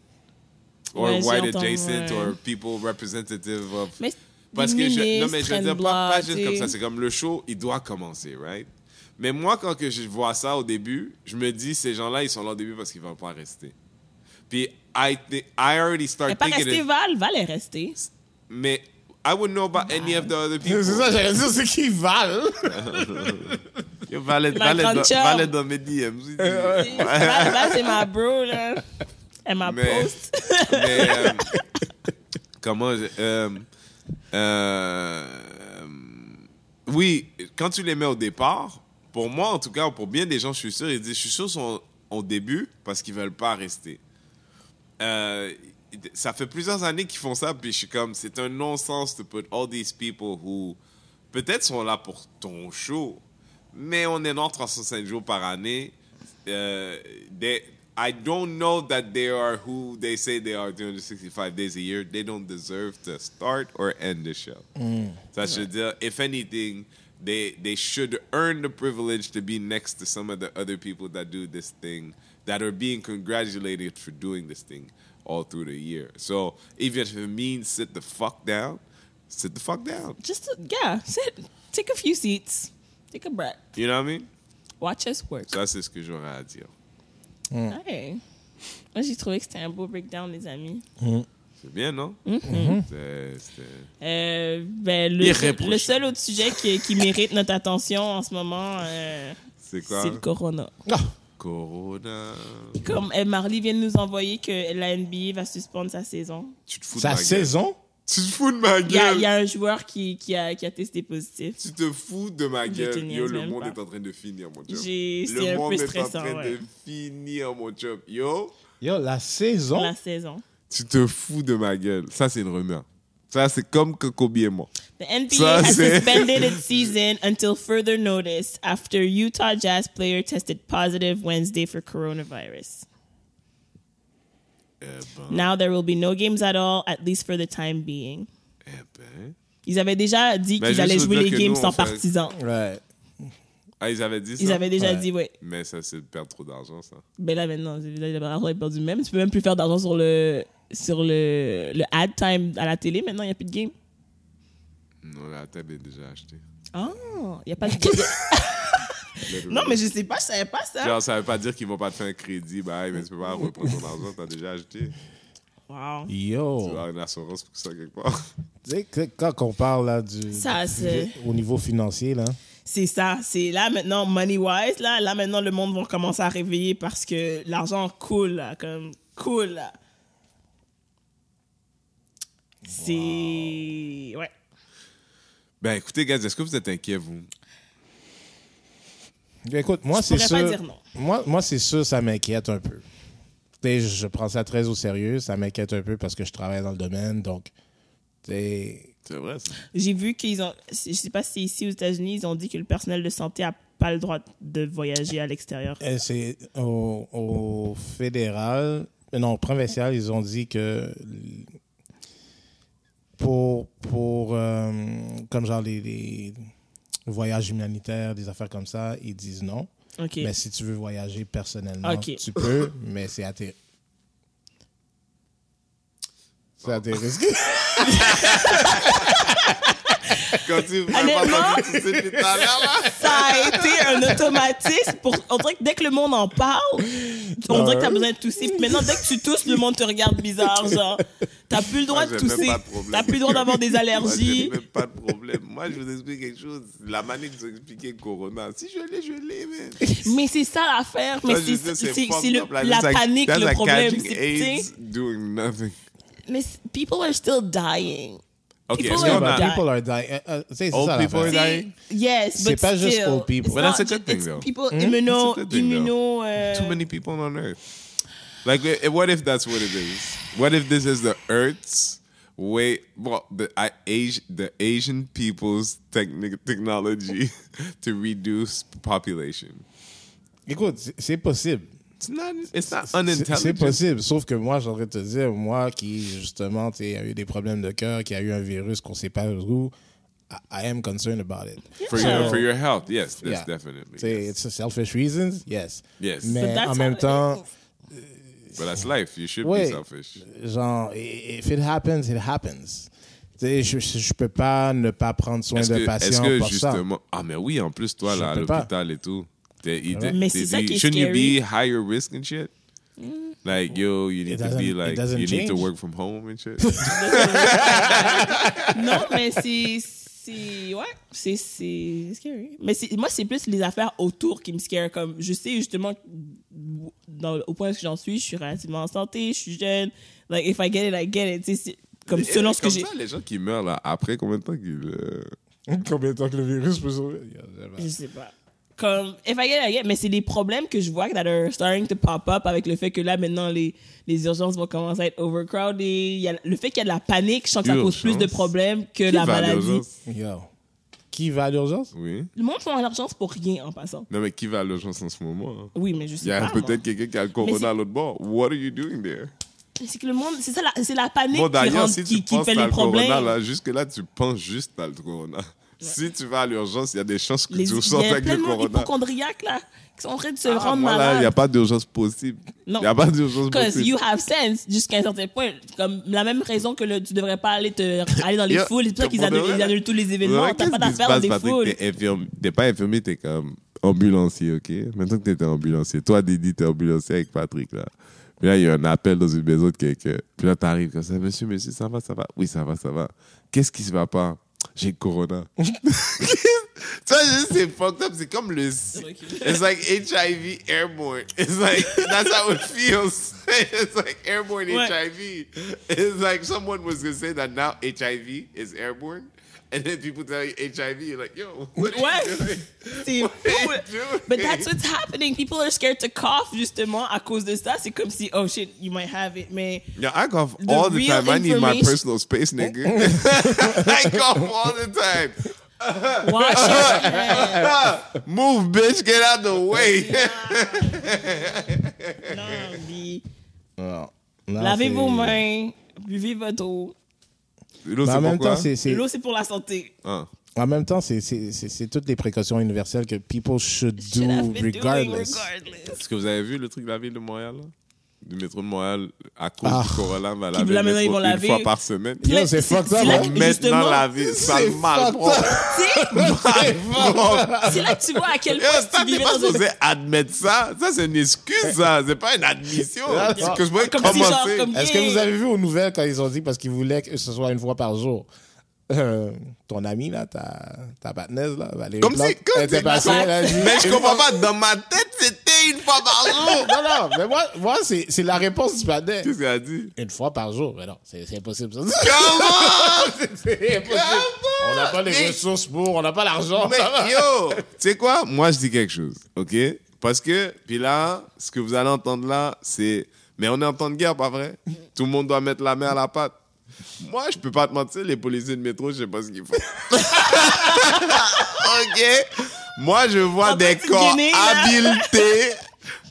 S1: Or
S3: Ouais, j'ai
S1: white
S3: entendu,
S1: adjacent,
S3: ouais.
S1: or people representative of.
S3: Mais
S1: Parce que je, non, mais je veux
S3: ministres,
S1: dire, pas, pas
S3: Black,
S1: juste
S3: tu
S1: comme
S3: sais.
S1: ça. C'est comme le show, il doit commencer, right? Mais moi, quand que je vois ça au début, je me dis, ces gens-là, ils sont là au début parce qu'ils ne vont pas rester. Puis, I, thi- I already
S3: Elle est
S1: start
S3: pas
S1: thinking.
S3: restée
S1: it-
S3: Val. Val est restée.
S1: mais I wouldn't know about any of the other people.
S2: C'est ça, j'allais dire, c'est qui valent.
S1: Yo, Valette,
S3: Ma grande
S1: Valette,
S3: chum.
S1: dans, Valette dans mes DMs.
S3: Val, Val, c'est ma bro, là. Elle m'a
S1: Mais-
S3: post.
S1: mais euh, comment je- euh, euh, oui quand tu les mets au départ pour moi en tout cas pour bien des gens je suis sûr ils disent je suis sûr ils sont au début parce qu'ils veulent pas rester Euh, ça fait plusieurs années qu'ils font ça puis je suis comme c'est un non-sens de put all these people who peut-être sont là pour ton show mais on est là 305 jours par année euh, they, I don't know that they are who they say they are 365 days a year. They don't deserve to start or end the show. Ça, je veux dire, uh, if anything, they, they should earn the privilege to be next to some of the other people that do this thing, that are being congratulated for doing this thing all through the year. So, even if it means sit the fuck down, sit the fuck down.
S3: Just, yeah, sit. Take a few seats. Take a breath.
S1: You know what I mean?
S3: Watch us work.
S1: Ça, c'est ce que j'aurais à dire.
S3: Hey. Moi, j'ai trouvé que c'était un beau breakdown, les amis.
S1: C'est bien, non? C'est- c'est-
S3: Euh, ben, le,
S1: Irréprochable.
S3: le seul autre sujet qui, qui mérite notre attention en ce moment, euh,
S1: C'est quoi?
S3: c'est le corona.
S1: Corona.
S3: Comme euh, Marley vient de nous envoyer que la NBA va suspendre sa saison.
S1: Tu te fous de
S2: Sa
S1: ma gueule.
S2: saison?
S1: Tu te fous de ma
S3: Il y a,
S1: gueule.
S3: il y a un joueur qui, qui, a, qui a testé positif.
S1: Tu te fous de ma
S3: Je te
S1: gueule.
S3: niaise
S1: Yo, le
S3: même
S1: monde
S3: pas.
S1: est en train de finir, mon chum.
S3: J'ai- c'est un
S1: Le monde
S3: peu
S1: est en
S3: stressant,
S1: train
S3: ouais.
S1: de finir, mon chum. Yo,
S2: Yo, la saison?
S3: La saison.
S1: tu te fous de ma gueule. Ça, c'est une rumeur. Ça, c'est comme que Kobe et moi.
S3: The NBA
S1: Ça,
S3: has
S1: c'est-
S3: suspended its season until further notice after Utah Jazz player tested positive Wednesday for coronavirus.
S1: Eh ben,
S3: Now there will be no games at all, at least for the time being.
S1: eh ben.
S3: Ils avaient déjà dit
S1: Ben,
S3: qu'ils
S1: juste
S3: allaient
S1: vous
S3: jouer
S1: dire
S3: les
S1: que
S3: games
S1: nous, on
S3: sans
S1: fait-
S3: partisans.
S2: Ouais.
S1: Ah, ils avaient dit ça?
S3: Ils avaient déjà
S2: Ouais.
S3: dit, ouais.
S1: Mais ça, c'est de perdre trop d'argent, ça.
S3: Ben là, maintenant, là, le barrage est perdu même. Tu peux même plus faire d'argent sur le sur le, le ad time à la télé. Maintenant, il n'y a plus de game.
S1: Non, la table est déjà achetée.
S3: Oh, il n'y a pas de game. non, mais je sais pas, je savais pas ça.
S1: Genre, ça veut pas dire qu'ils vont pas te faire un crédit. Bah, hey, mais tu peux pas reprendre ton argent, t'as déjà acheté.
S3: Wow.
S1: Tu
S2: Yo.
S1: vas avoir une assurance pour ça quelque part.
S2: Tu sais, que- quand on parle là, du,
S3: Ça, c'est-
S2: au niveau financier, là,
S3: C'est ça, c'est là maintenant, money-wise, là, là maintenant, le monde va commencer à réveiller parce que l'argent coule, là, comme coule. là. C'est. Ouais.
S1: Ben écoutez, gars, est-ce que vous êtes inquiets, vous?
S2: Bien, écoute, moi,
S3: Je
S2: c'est
S3: pourrais pas
S2: sûr.
S3: dire non.
S2: Moi, moi c'est sûr, ça m'inquiète un peu. Tu sais, je prends ça très au sérieux. Ça m'inquiète un peu parce que je travaille dans le domaine. Donc, tu sais,
S1: C'est vrai. ça.
S3: J'ai vu qu'ils ont, je sais pas si c'est ici aux États-Unis, ils ont dit que le personnel de santé a pas le droit de voyager à l'extérieur.
S2: euh, c'est au, au fédéral, euh, non, au provincial, ils ont dit que l- pour, pour euh, comme genre les, les voyages humanitaires, des affaires comme ça, ils disent non.
S3: Ok.
S2: Mais si tu veux voyager personnellement,
S3: Ok.
S2: tu peux, mais c'est à tes... C'est à
S3: Oh.
S2: tes risques.
S1: Quand tu vas
S3: Honnêtement-
S1: m'entendre tout de suite tout à l'heure, là.
S3: Ça a été un automatisme. Pour, on dirait que dès que le monde en parle, on dirait que t'as besoin de tousser. Puis maintenant, dès que tu tousses, le monde te regarde bizarre. Genre, t'as plus le droit
S1: Moi,
S3: de
S1: Ah, j'ai même
S3: tousser.
S1: pas de problème.
S3: T'as plus le droit d'avoir des
S1: Moi, j'ai
S3: allergies.
S1: même pas de problème. Moi, je vous explique quelque chose. La manière de vous expliquer le Corona, si je l'ai, je l'ai, man.
S3: Mais c'est ça l'affaire. Mais
S1: Ça, je sais,
S3: c'est c'est-
S1: fucked
S3: c'est le-
S1: up, là.
S3: la
S1: That's like-
S3: panique,
S1: that's
S3: le
S1: like
S3: problème.
S1: catching
S3: c'est- tu
S1: AIDS
S3: sais,
S1: doing nothing.
S3: Mais c- people are still dying.
S1: OK,
S3: People
S1: est-ce
S3: are
S1: qu'on a...
S3: dying.
S2: People are dying. Euh, euh, tu sais, c'est
S1: Old
S2: ça,
S1: people are
S2: l'affaire.
S1: dying.
S3: Yes,
S2: C'est
S3: but
S2: pas juste
S3: still,
S2: old people. Hmm?
S3: it's
S1: But that's
S3: not
S1: a good
S3: ju-
S1: thing,
S3: it's
S1: though.
S3: People immuno,
S1: It's a good thing, though.
S3: immuno, euh,
S1: Too many people on Earth. Like, eh, what if that's what it is? What if this is the Earth's way? Well, the I, Asi- the Asian people's techni- technology to reduce population.
S2: Écoute, c'est- c'est possible.
S1: It's not. It's not
S2: C'est- C'est
S1: unintelligent.
S2: possible, sauf que moi, j'aurais te dire, moi qui, justement, tu sais, a eu des problèmes de cœur, qui a eu un virus qu'on sait pas où, I, I am concerned about it.
S1: for your for your health. Yes, that's
S2: Yeah.
S1: definitely.
S2: Tu sais,
S1: yes.
S2: It's a selfish reasons, yes.
S1: Yes.
S3: But
S2: Mais
S3: that's
S2: en
S3: how
S2: même
S3: it
S2: temps,
S1: But that's life. You should
S2: Ouais.
S1: be selfish.
S2: genre, i- if it happens, it happens. Tu sais, je, je je peux pas ne pas prendre soin
S1: Est-ce
S2: de
S1: que, est-ce
S2: patients
S1: que
S2: pour ça.
S1: justement. Ah, mais oui, en plus, toi,
S2: Je
S1: là, à
S2: peux pas.
S1: l'hôpital et tout. They, they,
S3: Mais c'est ça qui est Mm.
S1: shouldn't you be higher risk and shit? Like, yo, you need
S2: It
S1: to be
S2: doesn't- it
S1: like,
S2: doesn't
S1: you need to
S2: change.
S1: work from home and shit.
S3: Non, mais c'est. c'est- Ouais, c'est c'est scary. Mais c'est- moi, c'est plus les affaires autour qui me scare. Comme, je sais justement, dans, au point où j'en suis, je suis relativement en santé, je suis jeune. Like, if I get it, I get it. Tu sais, c'est comme
S1: Et-
S3: selon
S1: et
S3: ce que
S1: comme
S3: j'ai.
S1: ça, les gens qui meurent, là, après combien de temps qu'ils. euh,
S2: Combien de temps que le virus peut sauver?
S3: Je sais pas. Comme, if I get it, I get it. Mais c'est des problèmes que je vois that are starting to pop up avec le fait que là, maintenant, les, les urgences vont commencer à être overcrowded. Il y a- le fait qu'il y a de la panique, je sens que ça pose plus de
S1: Urgence.
S3: problèmes que
S1: qui
S3: la
S1: va à
S3: maladie.
S1: l'urgence?
S2: Yo. Qui va à l'urgence?
S1: Oui.
S3: Le monde va à l'urgence pour rien en passant.
S1: Non, mais qui va à l'urgence en ce moment? hein?
S3: Oui, mais je sais
S1: Il y a
S3: pas. moi.
S1: peut-être quelqu'un qui a le
S3: c'est-
S1: corona à l'autre bord. What are you doing there?
S3: C'est que le monde, c'est ça, la- c'est la panique
S1: Bon,
S3: qui, rend-
S1: d'ailleurs, si
S3: qui,
S1: tu
S3: qui
S1: penses
S3: fait
S1: à
S3: les
S1: le corona,
S3: problèmes.
S1: là, jusque-là, tu penses juste à le corona. Si tu vas à l'urgence, il y a des chances que
S3: Les,
S1: tu
S3: il
S1: ressortes
S3: y a
S1: avec
S3: plein
S1: le
S3: de monde
S1: corona.
S3: hypochondriaques, là, qui sont en train de se
S1: Ah,
S3: rendre
S1: moi, là,
S3: malades.
S1: Il n'y a pas d'urgence possible. Il
S3: Non.
S1: n'y a pas d'urgence
S3: Because
S1: possible.
S3: you have sense jusqu'à un certain point. Comme la même raison que le, tu devrais pas aller, te, aller dans les
S1: Yo,
S3: foules, c'est pour ça qu'ils
S1: pour de
S3: annulent,
S1: vrai,
S3: ils annulent tous les événements.
S1: Ouais,
S3: T'as pas
S1: qu'est-ce qui se
S3: d'affaires dans
S1: passe,
S3: des
S1: Patrick?
S3: foules.
S1: T'es infirmi- T'es pas infirmier, t'es comme ambulancier, OK? Maintenant que t'étais ambulancier, toi, Didi, t'es ambulancier avec Patrick, là. Puis là, il y a un appel dans une maison de quelqu'un. Puis là, t'arrives comme ça, monsieur, monsieur, ça va, ça va? Oui, ça va, ça va. Qu'est-ce qui se va pas? J'ai le corona. tu vois, juste, c'est fucked up. C'est comme le... It's like HIV airborne. It's like, that's how it feels. It's like airborne
S3: Ouais.
S1: HIV. It's like someone was going to say that now HIV is airborne. And then people tell you HIV, you're like, yo, what are you
S3: Ouais.
S1: doing?
S3: C'est fou.
S1: doing?
S3: But that's what's happening. People are scared to cough, justement, à cause de ça. C'est comme si, oh shit, you might have it. Mais
S1: Yeah, I cough
S3: The
S1: all the
S3: real
S1: time. I need my
S3: information-
S1: personal space, nigga. I cough all the time. Ah,
S3: wash your hands.
S1: Move, bitch. Get out the way.
S3: Non, mais
S2: Non. Non,
S1: Ah,
S3: Lavez
S2: c'est-
S3: vos mains, buvez votre eau.
S1: You know,
S2: Mais
S1: c'est
S2: en même
S1: pourquoi?
S2: temps, c'est- c'est
S3: L'eau, c'est pour la santé.
S1: Ah.
S2: en même temps, c'est- c'est c'est- c'est toutes les précautions universelles que people should
S3: Should have
S2: do
S3: been doing
S2: regardless.
S3: regardless.
S1: Est-ce que vous avez vu le truc de la ville de Montréal? là? Du métro de Montréal, à cause
S2: Ah.
S1: du corona, on va
S3: Qui-
S1: laver
S3: là,
S1: le
S3: maintenant, ils
S1: métro
S3: vont
S1: une
S3: laver.
S1: fois par semaine.
S2: Yo,
S3: Plein-
S2: c'est fucked up,
S3: là
S2: hein?
S3: que,
S1: Maintenant,
S3: justement,
S1: laver, ça
S2: C'est
S1: mal
S2: fucked
S1: propre.
S3: tu sais,
S1: Mal propre.
S3: C'est là que tu vois à quel
S1: Yo,
S3: point
S1: ça,
S3: tu
S1: t'es
S3: vivais
S1: pas
S3: dans un
S1: supposé admettre ça. Ça, c'est une excuse, ça. C'est pas une admission.
S2: Ah,
S1: C'est que je pourrais
S3: Comme si, genre,
S1: commencer.
S3: comme-
S2: Est-ce que vous avez vu aux nouvelles quand ils ont dit parce qu'ils voulaient que ce soit une fois par jour? euh, ton amie, là, ta, ta patnaise, là, Valérie
S1: Comme
S2: Plante,
S1: c'est comme
S2: elle était
S1: c'est-
S2: passée, là, elle dit-
S1: Mais je comprends pas, dans ma tête, c'était une fois par jour.
S2: non, non, mais moi, moi c'est c'est la réponse du patnaise.
S1: Qu'est-ce qu'elle a dit?
S2: Une fois par jour, mais non, c'est c'est impossible, ça.
S1: Comment?
S2: c'est impossible. On n'a pas les
S1: Mais-
S2: ressources pour, on n'a pas l'argent.
S1: Mais yo, tu sais quoi? Moi, je dis quelque chose, OK? Parce que, puis là, ce que vous allez entendre là, c'est... Mais on est en temps de guerre, pas vrai? Tout le monde doit mettre la main à la pâte. Moi, je peux pas te mentir, les policiers de métro, je sais pas ce qu'ils font. OK? Moi, je vois
S3: En
S1: des
S3: petite
S1: corps
S3: Guinée, là.
S1: habilités...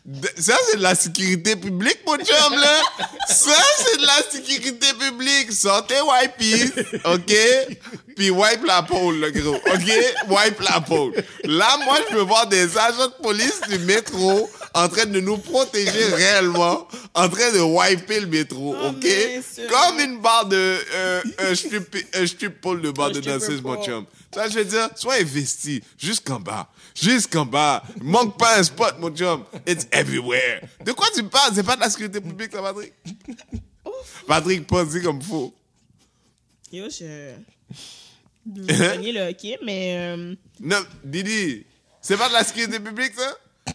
S1: De- Ça, c'est de la sécurité publique, mon chum, là. Ça, c'est de la sécurité publique. Sortez wipe OK? Puis wipe la pole, le gros, OK? Wipe la pole. Là, moi, je peux voir des agents de police du métro en train de nous protéger réellement, en train de wiper le métro,
S3: Oh,
S1: OK?
S3: mais c'est-
S1: Comme une barre de... Euh, un strip, un strip pole de barre
S3: Un
S1: de
S3: stripper
S1: danseuse, mon
S3: pole.
S1: chum. Ça, je veux dire, sois investi jusqu'en bas. Jusqu'en bas. Manque pas un spot, mon chum. It's everywhere. De quoi tu parles? C'est pas de la sécurité publique, ça, Patrick? Patrick, pas dit comme faux.
S3: Yo, je. Vous prenez le hockey, mais. euh,
S1: Non, Didi, c'est pas de la sécurité publique, ça?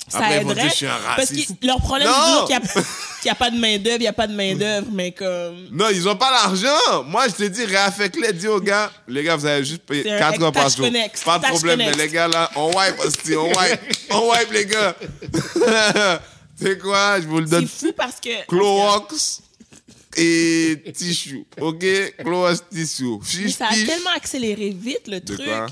S3: ça
S1: Après, ils vont
S3: aiderait.
S1: dire, je suis un
S3: parce
S1: raciste.
S3: que leur problème, c'est
S1: Non.
S3: toujours qu'il n'y a, qu'il y a pas de main-d'œuvre, il n'y a pas de main-d'œuvre, mais comme.
S1: Non, ils ont pas l'argent. Moi, je te dis, réaffecte-les, dis aux gars, les gars, vous avez juste payé
S3: C'est un
S1: 4 heures par
S3: taxe
S1: jour.
S3: connexe,
S1: Pas de
S3: taxe
S1: problème, mais
S3: connexe.
S1: les gars, là, on wipe, hostie, on wipe. on wipe, les gars. c'est quoi? Je vous le
S3: C'est
S1: donne.
S3: fou parce que.
S1: Clorox et tissue. OK? Clorox, tissue.
S3: Mais
S1: Fiche,
S3: ça a
S1: fiche.
S3: tellement accéléré vite le truc.
S1: quoi?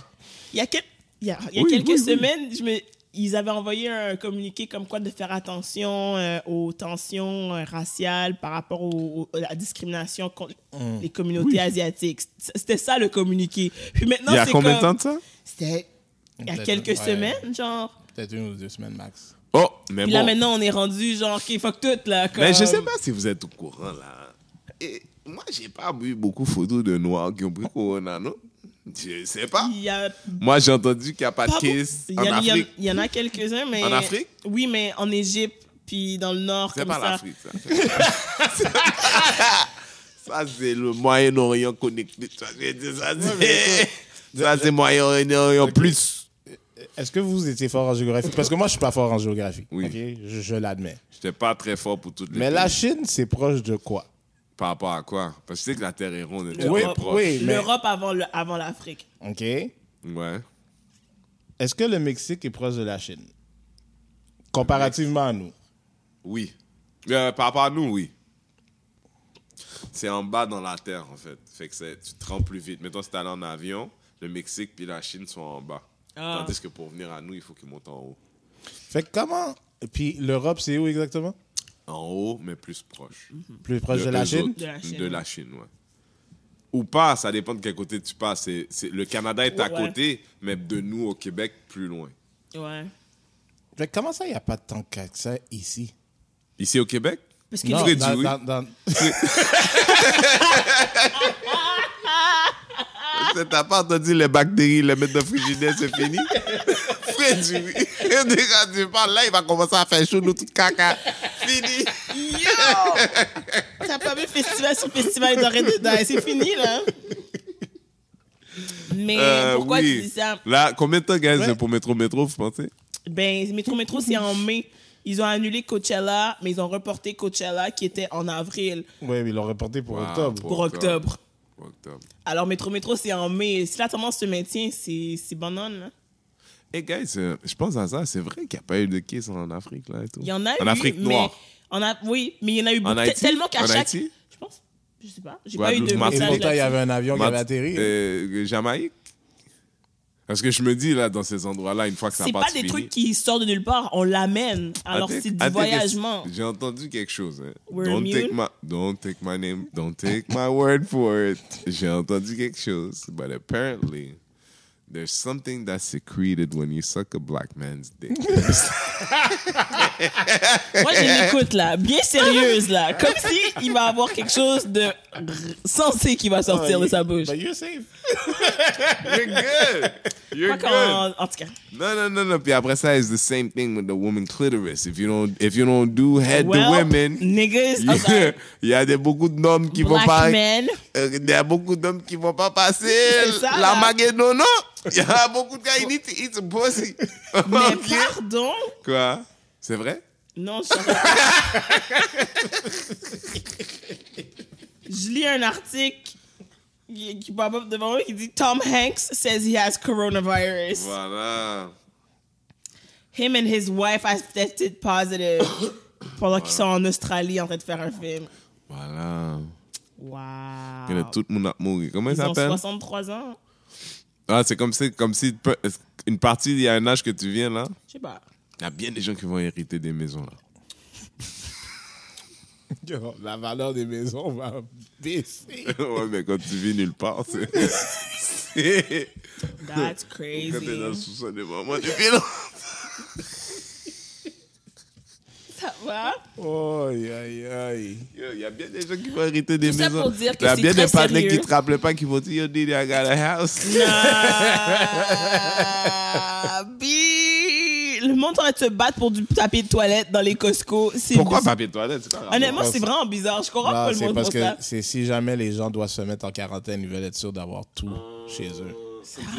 S3: Il y a, quel- il y a- il y a
S1: Oui,
S3: quelques
S1: oui, oui.
S3: semaines, je me- ils avaient envoyé un communiqué comme quoi de faire attention euh, aux tensions euh, raciales par rapport au- au- à la discrimination contre les communautés asiatiques. C- C'était ça le communiqué. Puis maintenant, c'est comme-
S1: de ça?
S3: C'était il y a
S2: Peut-être,
S3: quelques
S2: ouais.
S3: semaines, genre.
S2: Peut-être une ou deux semaines max.
S1: Oh, mais
S3: Puis
S1: bon.
S3: là, maintenant, on est rendu genre, OK, fuck tout, là. Comme...
S1: Mais je sais pas si vous êtes au courant là. Et moi, j'ai pas vu beaucoup de photos de noirs qui ont pris Corona, non? Je sais pas.
S3: Il y a
S1: Moi, j'ai entendu qu'il n'y a pas
S3: Pas
S1: de kiss
S3: beaucoup.
S1: en
S3: Il y a- il y a-
S1: Afrique.
S3: Il y en a quelques-uns, mais.
S1: En Afrique?
S3: Oui, mais en Égypte, puis dans le nord,
S1: C'est
S3: comme
S1: pas
S3: ça.
S1: l'Afrique, ça. ça, c'est le Moyen-Orient connecté. Ça, je veux dire, ça, c'est... Ça, c'est Moyen-Orient plus.
S2: Est-ce que vous étiez fort en géographie? Parce que moi, je suis pas fort en géographie.
S1: Oui.
S2: ok? Je, je l'admets.
S1: J'étais pas très fort pour toutes les...
S2: Mais la Chine, c'est proche de quoi?
S1: Par rapport à quoi? Parce que je sais que la Terre est ronde. elle est
S2: Oui,
S1: très proche.
S2: oui, mais.
S3: L'Europe avant le- avant l'Afrique.
S2: OK.
S1: Ouais.
S2: Est-ce que le Mexique est proche de la Chine? Comparativement à nous.
S1: Oui. Euh, par rapport à nous, oui. C'est en bas dans la terre, en fait. Fait que c'est- tu te rends plus vite. Mettons, si t'es allé en avion, le Mexique puis la Chine sont en bas.
S3: Ah.
S1: Tandis que pour venir à nous, il faut qu'ils montent en haut.
S2: Fait que comment. Puis l'Europe, c'est où exactement?
S1: En haut, mais plus proche.
S2: Plus proche de, la
S1: eux
S2: Chine?
S1: autres,
S3: De la Chine,
S1: De
S3: ouais.
S1: la Chine, ouais. Ou pas, ça dépend de quel côté tu passes. C'est- c'est- le Canada est à
S3: Ouais.
S1: côté, mais de nous, au Québec, plus loin.
S3: Ouais.
S2: Fait que comment ça, il n'y a pas tant que ça ici?
S1: Ici, au Québec,
S3: Parce que
S1: Non.
S3: les-
S1: aurait dit
S2: dans-
S1: oui.
S2: dans- dans-
S1: Peut-être T'as pas entendu les bactéries, les mettre dans le frigidaire, c'est fini. Freddy, déjà tu parles là, il va commencer à faire chaud, nous tout caca. Fini.
S3: Yo! T'as pas vu festival sur festival d'oreilles dedans. C'est fini, là. Mais
S1: Euh,
S3: pourquoi
S1: oui.
S3: tu dis ça?
S1: Là, combien de temps, guys,
S2: Ouais.
S1: pour Métro Métro, vous pensez
S3: Ben, Métro Métro, c'est en mai. Ils ont annulé Coachella, mais ils ont reporté Coachella qui était en avril
S2: Oui, mais ils l'ont reporté pour
S1: Wow,
S2: octobre.
S1: Ah, pour-
S3: pour
S1: octobre.
S3: octobre.
S1: Octobre.
S3: Alors, Métro Métro, c'est en mai. Si la tendance se maintient, c'est c'est banane, là.
S1: Hey, guys, euh, je pense à ça, c'est vrai qu'il n'y a pas eu de kiss en Afrique, là et tout.
S3: Il y en a eu.
S1: En Afrique
S3: mais
S1: noire.
S3: en a- oui, mais il y en a eu beaucoup.
S1: Haïti?
S3: tellement
S1: En
S3: qu'à chaque.
S1: Haïti?
S3: Je pense. Je sais pas. J'ai pas eu
S1: Guadeloupe,
S3: de
S1: Martinique. Ça,
S2: Et
S3: message
S2: pourtant, il y
S3: là-dessus.
S2: avait un avion qui
S1: Mat-
S2: avait atterri.
S1: euh, Jamaïque Parce que je me dis, là, dans ces endroits-là, une fois que ça
S3: C'est
S1: passe
S3: pas des
S1: fini-
S3: trucs qui sortent de nulle part. On l'amène. Alors,
S1: Attends,
S3: c'est du
S1: attends,
S3: voyagement.
S1: qu'est-ce- J'ai entendu quelque chose. hein.
S3: We're
S1: Don't
S3: immune.
S1: take my don't take my name, don't take my word for it. J'ai entendu quelque chose, but apparently There's something that's secreted when you suck a black man's dick.
S3: Moi, je l'écoute, là, bien sérieuse, là, comme si il va avoir quelque chose de sensé qui va sortir de sa
S1: Bah,
S3: bouche.
S2: But Ah, Ben, you're safe.
S1: You're good. You're
S3: Pas
S1: good.
S3: qu'en- en tout cas,
S1: No, no, no, no. Puis après ça, it's the same thing with the woman clitoris. If you don't, if you don't do head
S3: well,
S1: to women,
S3: niggas, I'm sorry.
S1: il y a des, beaucoup d'hommes qui vont pas.
S3: black men,
S1: Euh, Il y a beaucoup d'hommes qui vont pas passer
S3: C'est ça,
S1: la
S3: là.
S1: Maguédono. Il y a beaucoup de gars, ils disent, it's a pussy.
S3: mais
S1: Ok.
S3: pardon,
S1: Quoi? C'est vrai?
S3: Non, je saurais pas. Je lis un article qui, qui pop up devant moi qui dit Tom Hanks says he has coronavirus.
S1: Voilà.
S3: Him and his wife have tested positive pendant qu'ils sont en Australie en train de faire un film.
S1: Voilà.
S3: Wow.
S1: Il y en a tout le monde a mouru. Comment il
S3: Ils ont
S1: s'appelle?
S3: 63 ans.
S1: Ah, c'est comme si, comme si peu- une partie, il y a un âge que tu viens là.
S3: Je sais pas.
S1: Il y a bien des gens qui vont hériter des maisons là.
S2: Yo, La valeur des maisons va baisser.
S1: ouais, mais quand tu vis nulle part, c'est. c'est-
S3: That's
S1: Quand t'es dans le
S3: crazy.
S1: sous-sol des mamans, tu vis là.
S3: Ça va?
S2: Oh, aïe, aïe.
S1: Yo, Il y a bien des gens qui vont hériter des
S3: Tout ça
S1: maisons.
S3: pour dire que
S1: Il y a
S3: c'est
S1: bien
S3: très
S1: des partenaires qui
S3: sérieux.
S1: te rappelaient pas, qui vont dire Yo, Diddy, I got a house.
S3: Ah, bi- Le monde est en train de se battre pour du papier de toilette dans les Costco. C'est
S1: Pourquoi
S3: bizarre.
S1: papier de toilette C'est pas grave.
S3: Honnêtement, Ah, c'est vraiment bizarre. Je comprends
S2: Non,
S3: Oh, pas le
S2: Bah, c'est
S3: monde
S2: parce
S3: pour
S2: que
S3: ça.
S2: c'est si jamais les gens doivent se mettre en quarantaine, ils veulent être sûrs d'avoir tout chez eux.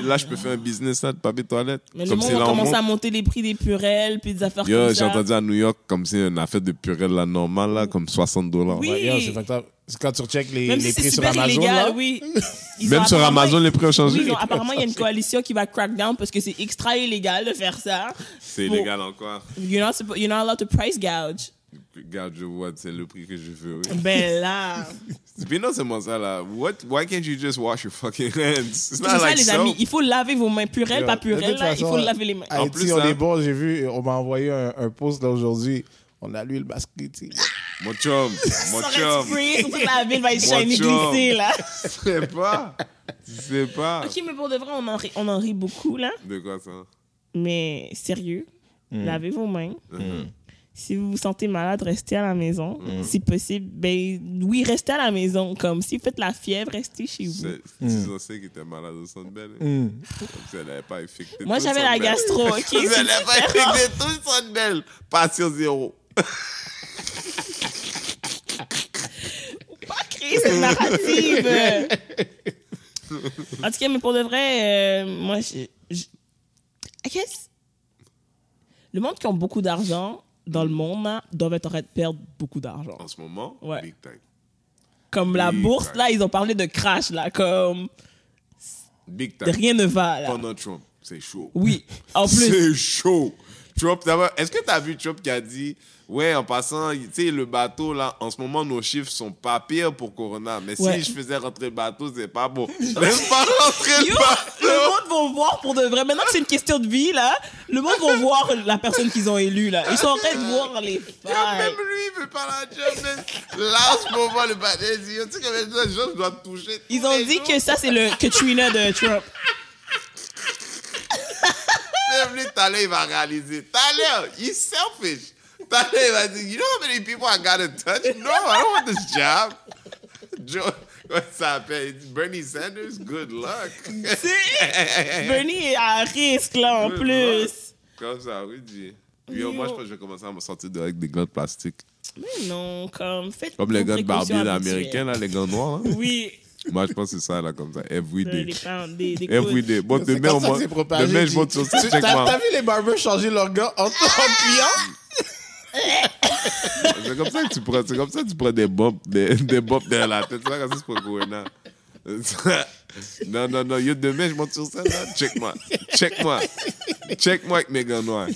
S1: Là, je peux faire un business là, de papier de toilette.
S3: Mais le
S1: comme
S3: monde
S1: si
S3: va
S1: là, on
S3: commencer à
S1: monte.
S3: monter les prix des purelles puis des affaires
S1: Yo,
S3: comme
S1: j'ai
S3: ça.
S1: entendu à New York comme si une affaire de purée là, normale, là, comme 60 dollars.
S3: Oui.
S2: Ouais, yo, c'est fucked up. C'est Quand tu recheckes les,
S3: Même
S2: les
S3: si c'est
S2: prix sur
S3: super
S2: Amazon,
S3: illégal,
S2: là,
S3: oui. Ils
S1: Même
S3: ont
S1: sur
S3: apparemment-
S1: Amazon, les prix ont changé.
S3: Oui, ils ont- apparemment, il y a une coalition qui va crack down parce que c'est extra illégal de faire ça.
S1: C'est
S3: Pour-
S1: illégal encore.
S3: You're not, suppo- you're not allowed to price gouge.
S1: Regarde, je vois, c'est le prix que je veux. Oui.
S3: Ben là.
S1: Puis non seulement ça, là. What, why can't you just wash your fucking hands? It's
S3: C'est ça,
S1: not like
S3: les
S1: so.
S3: amis. Il faut laver vos mains. Purelle,
S2: Yo,
S3: pas
S2: de toute
S3: purelle, là, il
S2: façon,
S3: faut laver les mains.
S2: Haïti,
S1: En plus,
S2: on
S1: hein.
S2: est bon, j'ai vu, on m'a envoyé un, un post là aujourd'hui. On a lu le basque critique.
S1: Mon chum, mon
S3: Ça reste
S1: chum.
S3: free, surtout que la ville va être
S1: Mon
S3: shiny
S1: chum.
S3: glissée, là.
S1: Je sais pas. Je sais pas.
S3: Ok, mais pour de vrai, on en rit, on en rit beaucoup, là.
S1: De quoi ça?
S3: Mais sérieux,
S1: Mm.
S3: lavez vos mains.
S1: Mm-hmm.
S3: Si vous vous sentez malade, restez à la maison.
S1: Mm.
S3: Si possible, ben oui, restez à la maison. Comme si vous faites la fièvre, restez chez vous.
S1: C'est c'est censé qu'il était malade au centre belle. hein. Comme si elle n'avait pas infecté.
S3: Moi,
S1: tout le
S3: j'avais
S1: Centre
S3: la
S1: Bell.
S3: gastro, ok?
S1: Comme si
S3: C'est
S1: elle n'avait pas infecté tout le centre belle. Patient zéro.
S3: pas créer cette narrative. en tout cas, mais pour de vrai, euh, moi, je, je- I guess, le monde qui a beaucoup d'argent dans le monde là, doivent être en train de perdre beaucoup d'argent.
S1: En ce moment,
S3: Ouais.
S1: big time.
S3: Comme la
S1: Oui,
S3: bourse,
S1: ouais.
S3: là, ils ont parlé de crash, là, comme
S1: Big time.
S3: rien ne va, là.
S1: Pendant Trump, c'est chaud.
S3: Oui, en plus.
S1: C'est chaud. Trump, d'abord, est-ce que tu as vu Trump qui a dit, ouais, en passant, tu sais, le bateau, là, en ce moment, nos chiffres sont pas pires pour Corona, mais
S3: Ouais.
S1: si je faisais rentrer le bateau, c'est pas bon. Laisse pas rentrer
S3: Yo,
S1: le bateau.
S3: le monde va voir pour de vrai. Maintenant que c'est une question de vie, là, le monde va voir la personne qu'ils ont élue, là. Ils sont en train de voir les
S1: Yo,
S3: failles.
S1: Même lui, il veut pas la job, mais là, en ce moment, le bateau, il dit, yo, tu sais combien de gens je dois toucher tous
S3: Ils ont
S1: les
S3: dit
S1: jours?
S3: que ça, c'est le Katrina de Trump.
S1: Même lui, tout à l'heure, il va réaliser. Tout à l'heure, he's selfish. Tout à l'heure, il va dire, you know how many people I gotta touch? No, I don't want this job. Joe, what's up? Bernie Sanders, good luck.
S3: sais, Bernie est à risque là en
S1: Good
S3: plus.
S1: luck. Comme ça, oui, dis. Yo, moi, je pense que je vais commencer à me sortir de, avec des gants de plastique.
S3: Mais non, comme faites
S1: Comme les
S3: vos
S1: gants de barbier
S3: précautions
S1: là,
S3: habituelles.
S1: américains, là, les gants noirs. Là.
S3: Oui,
S1: Moi, je pense que c'est ça, là, comme ça. Every
S3: de-
S1: day.
S3: des parents, des, des
S1: Every
S3: coudes.
S1: day. Bon,
S2: C'est
S1: demain,
S2: comme
S1: on
S2: ça que
S1: monte.
S2: c'est propagé.
S1: Demain, je
S2: dis-
S1: monte sur
S2: Tu-
S1: site,
S2: T'as
S1: check
S2: t'as
S1: moi.
S2: vu les barbers changer leur gars en en pliant?
S1: C'est comme ça que tu prends, c'est comme ça que tu prends des bombes, des, des bombes derrière la tête. C'est pas comme ça que c'est pour Corona. Non, non, non. Yo, demain, je monte sur scène, là. Check-moi. Check-moi. Check-moi avec mes gants noirs.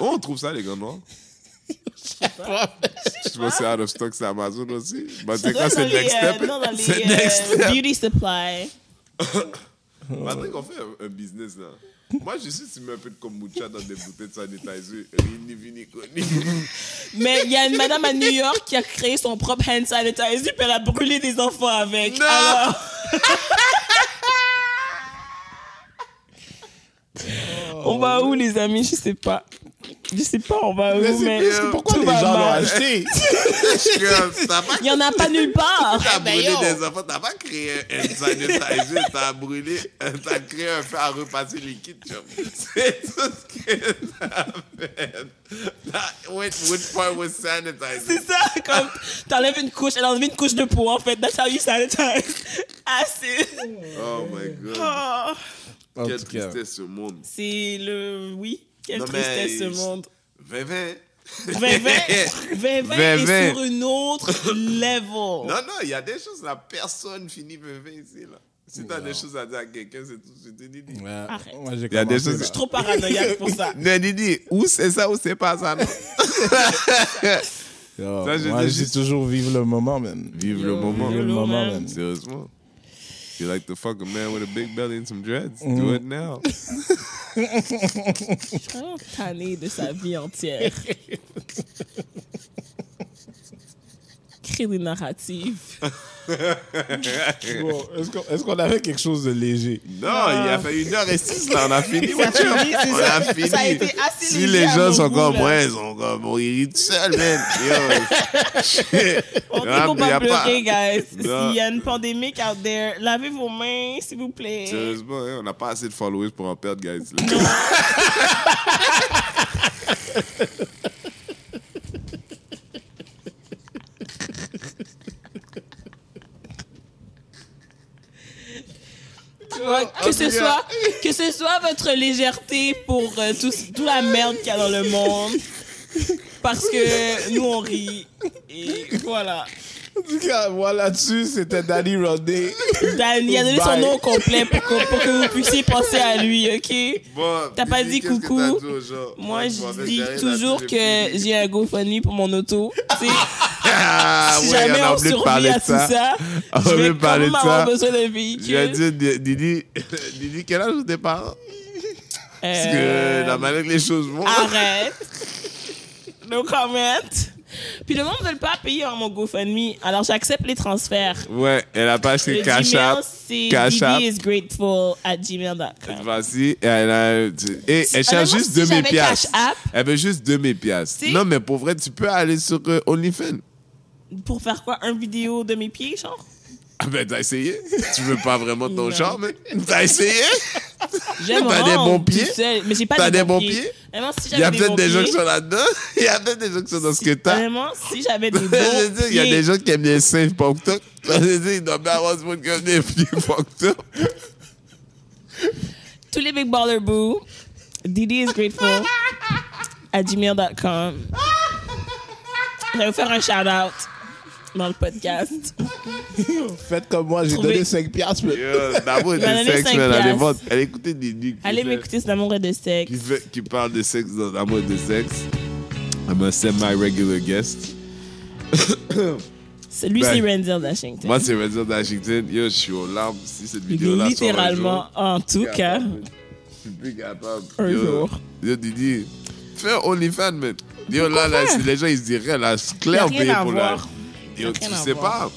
S1: Où on trouve ça, les gants noirs? Je pense que c'est out of stock, c'est Amazon aussi. Bah, c'est quoi,
S3: Dans
S1: c'est
S3: les,
S1: next
S3: euh,
S1: step?
S3: non, dans les,
S1: C'est
S3: euh,
S1: next step.
S3: Beauty Supply.
S1: Patrick, on fait un, un business, là. Moi, je suis, tu mets un peu de kombucha dans des bouteilles de sanitizer. Rini, vini, coni.
S3: Mais il y a une madame à New York qui a créé son propre hand sanitizer puis elle a brûlé des enfants avec.
S1: Non.
S3: Alors, On va où, les amis Je sais pas. Je sais pas, on va où,
S2: Mais c'est-
S3: mais.
S2: parce que pourquoi
S3: tout
S2: les
S3: va
S2: gens l'ont
S3: mal.
S2: acheté?
S1: Comme, T'as pas
S3: Il y en a pas nulle part.
S1: T'as
S2: ben
S1: brûlé
S2: yo.
S1: des enfants, t'as pas créé un sanitizer, t'as brûlé, euh, t'as créé un fer à repasser liquide, chum. C'est tout ce que t'as fait. That, which, which part was sanitizer?
S3: C'est ça, comme t'enlèves une couche, elle enlève une couche de peau en fait. That's how you sanitize. Ah, Acide.
S1: Oh my
S2: Ah.
S1: god.
S3: Oh,
S2: En
S1: Quelle
S2: tout cas.
S1: tristesse ce monde.
S3: c'est le. Oui, quelle
S1: Non, mais-
S3: tristesse ce monde.
S1: Vévin.
S3: Vévin
S1: Vévin.
S3: est sur une autre level.
S1: Non, non, il y a des choses, la personne finit Vévin ici, là. Si t'as des choses à dire à quelqu'un, c'est tout de suite Didi.
S2: Ouais,
S3: Arrête.
S2: moi, j'ai
S1: y a des
S2: commencé,
S1: choses-
S2: là.
S3: Je suis trop paranoïaque pour ça.
S1: Non, Didi, ou c'est ça ou c'est pas ça, non?
S2: Yo,
S1: Ça, je
S2: moi,
S1: l'ai
S2: je dis
S1: juste-
S2: toujours vivre le moment, man.
S1: Vive le
S3: Yo,
S1: moment.
S3: vive
S2: Vivre le
S3: Hello,
S2: moment,
S3: man.
S2: man.
S1: Sérieusement. You like to fuck a man with a big belly and some dreads?
S3: Mm.
S1: Do it now.
S3: Je suis vraiment tannée de sa vie entière. Créer des narratives.
S1: Ah,
S2: Bon, Est-ce qu'on est-ce qu'on avait quelque chose de léger?
S1: Non, il a fait une heure et six, là. On a fini, mon chum.
S3: fini, c'est
S1: On
S3: ça.
S1: a fini.
S3: Ça a été assez
S1: Si
S3: léger
S1: les
S3: à
S1: gens
S3: mon
S1: sont
S3: goût,
S1: comme
S3: là.
S1: moi, ils sont comme, on irrite seul, man. Yo.
S3: On dit
S1: Ah,
S3: qu'on
S1: y a
S3: va
S1: pas-
S3: pleurer, guys. S'il
S1: Non.
S3: y a une pandémie out there, lavez vos mains, s'il vous plaît.
S1: Sérieusement, hein, on n'a pas assez de followers pour en perdre, guys.
S3: que ce soit que ce soit votre légèreté pour euh, tout, toute la merde qu'il y a dans le monde parce que nous on rit et voilà
S2: En tout cas, moi là-dessus, c'était Danny Rodney.
S3: Dan il a donné son
S2: Bye.
S3: nom au complet pour que, pour que vous puissiez penser à lui ok
S1: Bon,
S3: T'as pas
S1: Didi,
S3: dit
S1: qu'est-ce que
S3: coucou.
S1: t'as dit aux gens?
S3: moi
S1: m'en
S3: je
S1: vais
S3: dis
S1: gérer
S3: toujours
S1: là-dessus,
S3: que
S1: les filles.
S3: j'ai un GoFundMe pour mon auto Tu sais,
S1: Ah,
S3: si
S1: ouais,
S3: jamais
S1: on a
S3: on,
S1: oublié de
S3: survit
S1: parler
S3: à
S1: de
S3: tout ça,
S1: On a
S3: je
S1: oublié
S3: vais
S1: de
S3: quand
S1: parler de
S3: même avoir
S1: ça.
S3: besoin d'un
S1: J'ai
S3: véhicule
S1: dit, Di- Didi, Didi, quel âge ont tes parents? Parce
S3: Euh, ah.
S1: que la manière que les choses vont.
S3: Arrête. No comment. Puis le monde ne veut pas payer en mon GoFundMe, alors j'accepte les transferts.
S1: Ouais, elle a pas acheté
S3: Le
S1: Cash
S3: Gmail,
S1: App.
S3: c'est
S1: Cash App.
S3: ddisgrateful at
S1: Cette
S3: gmail.com.
S1: fois-ci, elle a- tu- et elle cherche
S3: Honnêtement,
S1: juste
S3: si
S1: 2000
S3: j'avais
S1: piastres.
S3: Cash App-
S1: Elle veut juste 2000 piastres.
S3: Si.
S1: Non, mais pour vrai, tu peux aller sur euh, OnlyFans.
S3: Pour faire quoi? Un vidéo de mes pieds, genre?
S1: Ah ben, t'as essayé. tu veux pas vraiment ton
S3: Non.
S1: genre, mais t'as essayé.
S3: J'aime
S1: T'as des bons pieds?
S3: mais j'ai pas
S1: T'as
S3: de
S1: des
S3: bons
S1: bons
S3: pieds.
S1: pieds?
S3: Honnêtement, si
S1: Il y a
S3: j'avais
S1: peut-être
S3: bons
S1: des gens qui
S3: pieds-
S1: sont là-dedans. Il y a peut-être des gens qui sont dans ce que t'as.
S3: Honnêtement, si j'avais des
S1: Je
S3: bons
S1: veux dire, il y a
S3: pieds-
S1: des gens qui aiment les seins fucked up. Je veux dire, il doit bien avoir du monde qui aime les pieds fucked up.
S3: tous les big baller boo. Didi is grateful à gmail.com. Je vais vous faire un shout out dans le podcast.
S2: Faites comme moi, j'ai
S3: Trouver-
S2: donné 5 piastres. mais-
S1: Yo, D'amour et
S3: m'a
S1: de
S3: donné
S1: sexe,
S3: cinq
S1: man. Allez,
S3: piastres.
S1: voir- allez écouter Didi. qui
S3: Allez
S1: fait-
S3: m'écouter, c'est d'amour et de sexe.
S1: qui, fait- qui parle de sexe dans Amour et de sexe. I'm a semi-regular guest.
S3: C'est- Lui,
S1: Ben,
S3: c'est Renzel Washington.
S1: Moi, c'est Renzo Washington. Yo, je suis aux larmes si cette
S3: Il est
S1: vidéo-là sort un
S3: littéralement,
S1: jour.
S3: en tout cas,
S1: Je suis plus capable.
S3: Un
S1: Yo,
S3: jour.
S1: Yo, Didi, fais un OnlyFans, man. Yo, là, là,
S3: faire?
S1: si les gens, ils se diraient, là, c'est clair,
S3: Y a rien
S1: payé
S3: à
S1: pour la...
S3: voir. Y
S1: Yo,
S3: a
S1: tu
S3: rien à
S1: sais
S3: voir.
S1: pas.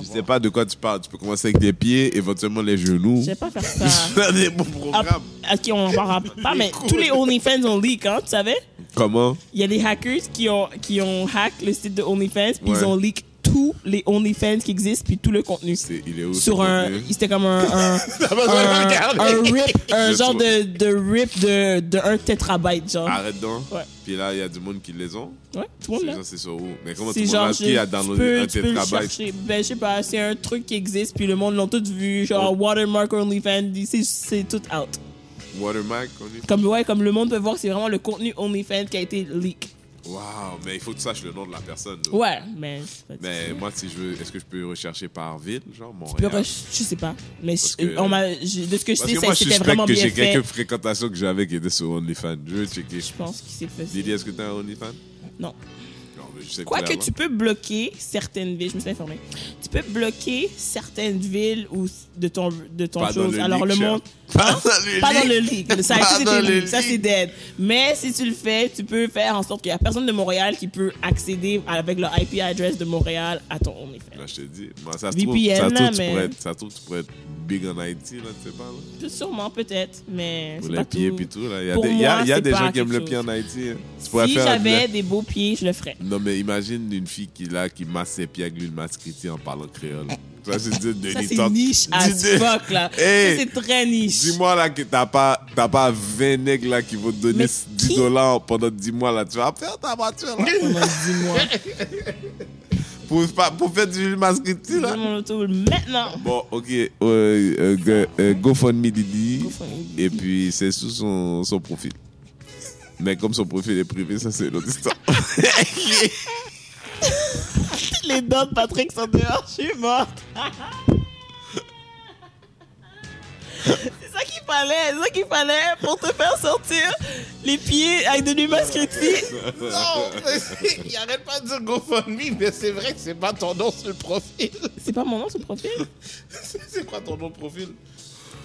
S1: Tu sais pas de quoi tu parles. Tu peux commencer avec des pieds, éventuellement les genoux.
S3: je vais pas faire ça.
S1: Faire des bons
S3: Ah,
S1: programmes.
S3: ok, on en parlera pas, mais tous les OnlyFans ont leak, hein, tu savais?
S1: Comment?
S3: Il y a des hackers qui ont, qui ont hack le site de OnlyFans, puis
S1: Ouais.
S3: ils ont leak tous les OnlyFans qui existent, puis tout le contenu.
S1: C'est- il est où?
S3: sur
S1: ce
S3: un
S1: contenu?
S3: c'était comme un un,
S2: de
S3: un,
S2: regarder.
S3: un rip un
S1: Je
S3: genre
S1: trouve. Ah.
S3: de, de rip de, de un tétrabyte genre
S1: Arrête donc.
S3: Ouais.
S1: Puis là, il y a du monde qui les ont.
S3: ouais
S1: Ces
S3: tout le monde là
S1: gens, c'est sur où? Mais comment tout
S3: c'est
S1: le monde
S3: genre
S1: a
S3: je,
S1: qui a
S3: tu
S1: downloadé
S3: peux,
S1: un
S3: tu peux le
S1: tétrabyte?
S3: chercher ben je sais pas c'est un truc qui existe puis le monde l'ont tout vu genre watermark OnlyFans c'est c'est tout out
S1: Watermark, on est.
S3: comme ouais comme le monde peut voir c'est vraiment le contenu OnlyFans qui a été leak
S1: Wow, mais il faut que tu saches le nom de la personne. là.
S3: ouais mais c'est pas-
S1: Mais moi, si je veux, est-ce que je peux rechercher par ville, genre
S3: Puis
S1: Montréal?
S3: re- je sais pas mais je-
S1: que-
S3: on m'a je- de ce que je
S1: Parce
S3: sais
S1: que moi, je
S3: c'est- c'était
S1: suspecte
S3: vraiment
S1: que
S3: bien
S1: j'ai
S3: fait
S1: quelques fréquentations que j'avais qui étaient sur OnlyFans. Je veux checker.
S3: je pense qu'il s'est fait
S1: Lily, est-ce que t'as un OnlyFans?
S3: non
S1: Non, mais je sais
S3: Quoique
S1: clairement.
S3: tu peux bloquer certaines villes, je me suis informée, tu peux bloquer certaines villes ou s- de ton, de ton
S1: Pas dans
S3: chose.
S1: le
S3: Alors
S1: leak,
S3: le
S1: cher.
S3: monde.
S1: Pas
S3: Hein?
S1: dans le
S3: Pas dans le
S1: leak.
S3: leak. Ça, a
S1: Pas
S3: été
S1: dans
S3: détruit.
S1: le
S3: Ça, c'est
S1: leak.
S3: dead. Mais si tu le fais, tu peux faire en sorte qu'il n'y a personne de Montréal qui peut accéder avec leur IP address de Montréal à ton OnlyFans.
S1: Là, je te dis, moi, ça se trouve,
S3: VPN,
S1: ça se trouve,
S3: là,
S1: tu
S3: mais-
S1: pourrais être- ça se trouve, tu pourrais être big en Haïti, là, tu sais pas, là.
S3: Peut- Sûrement, peut-être, mais
S1: Pour
S3: c'est
S1: les
S3: pas
S1: pieds
S3: tout.
S1: puis tout, là. Il y a
S3: Pour
S1: des, il y a-
S3: moi,
S1: il y a
S3: c'est
S1: des
S3: pas
S1: gens qui aiment
S3: quelque
S1: le pied
S3: chose.
S1: en Haïti. hein. Tu pourrais
S3: Si
S1: faire...
S3: j'avais des beaux pieds, je le ferais.
S1: Non, mais imagine une fille qui, là, qui masse ses pieds avec l'huile masquiti en parlant
S3: Eh,
S1: créole. Ça, c'est du
S4: Ça,
S1: Denis
S4: c'est
S1: Talk.
S4: niche à
S1: Dis-
S3: As
S1: dis-
S3: fuck, là.
S1: Hey,
S3: Ça, c'est très niche.
S1: Dis-moi là que t'as pas, t'as pas 20 nègres là qui vont te donner
S3: Mais
S1: 10
S3: qui-
S1: dollars pendant 10 mois là. Tu vas faire ta voiture là.
S3: Pendant 10 mois.
S1: pour, fa- pour faire du masquiti
S3: Je veux
S1: là.
S3: mon auto maintenant.
S1: Bon, ok. Euh, euh, go- euh, GoFundMe Didi.
S3: GoFundMe.
S1: Et puis c'est sous son, son profil. Mais comme son profil est privé, ça c'est l'autre histoire.
S3: Les dents de Patrick sont dehors, je suis morte. c'est ça qu'il fallait, c'est ça qu'il fallait pour te faire sortir les pieds avec de l'huile masquetti.
S2: Non, il arrête pas de dire GoFundMe, mais c'est vrai que c'est pas ton nom sur le profil.
S3: C'est pas mon nom, ce profil.
S2: c'est quoi ton nom de profil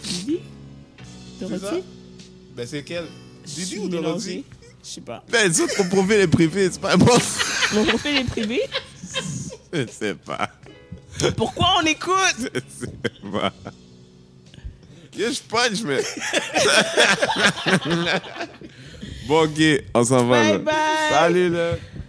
S3: Didi
S2: ça?
S3: Dorothy
S2: Ben c'est quel
S3: Je suis
S2: Didi ou
S3: mélangée.
S2: Dorothy
S3: Je sais pas.
S1: Mais les autres, ton profil est privé, c'est pas important.
S3: Mon profil est privé.
S1: Je sais pas.
S3: Pourquoi on écoute
S1: Je sais pas. Yeah, je punch, mais. bon, ok, on s'en va
S3: Bye
S1: là.
S3: bye.
S1: Salut là.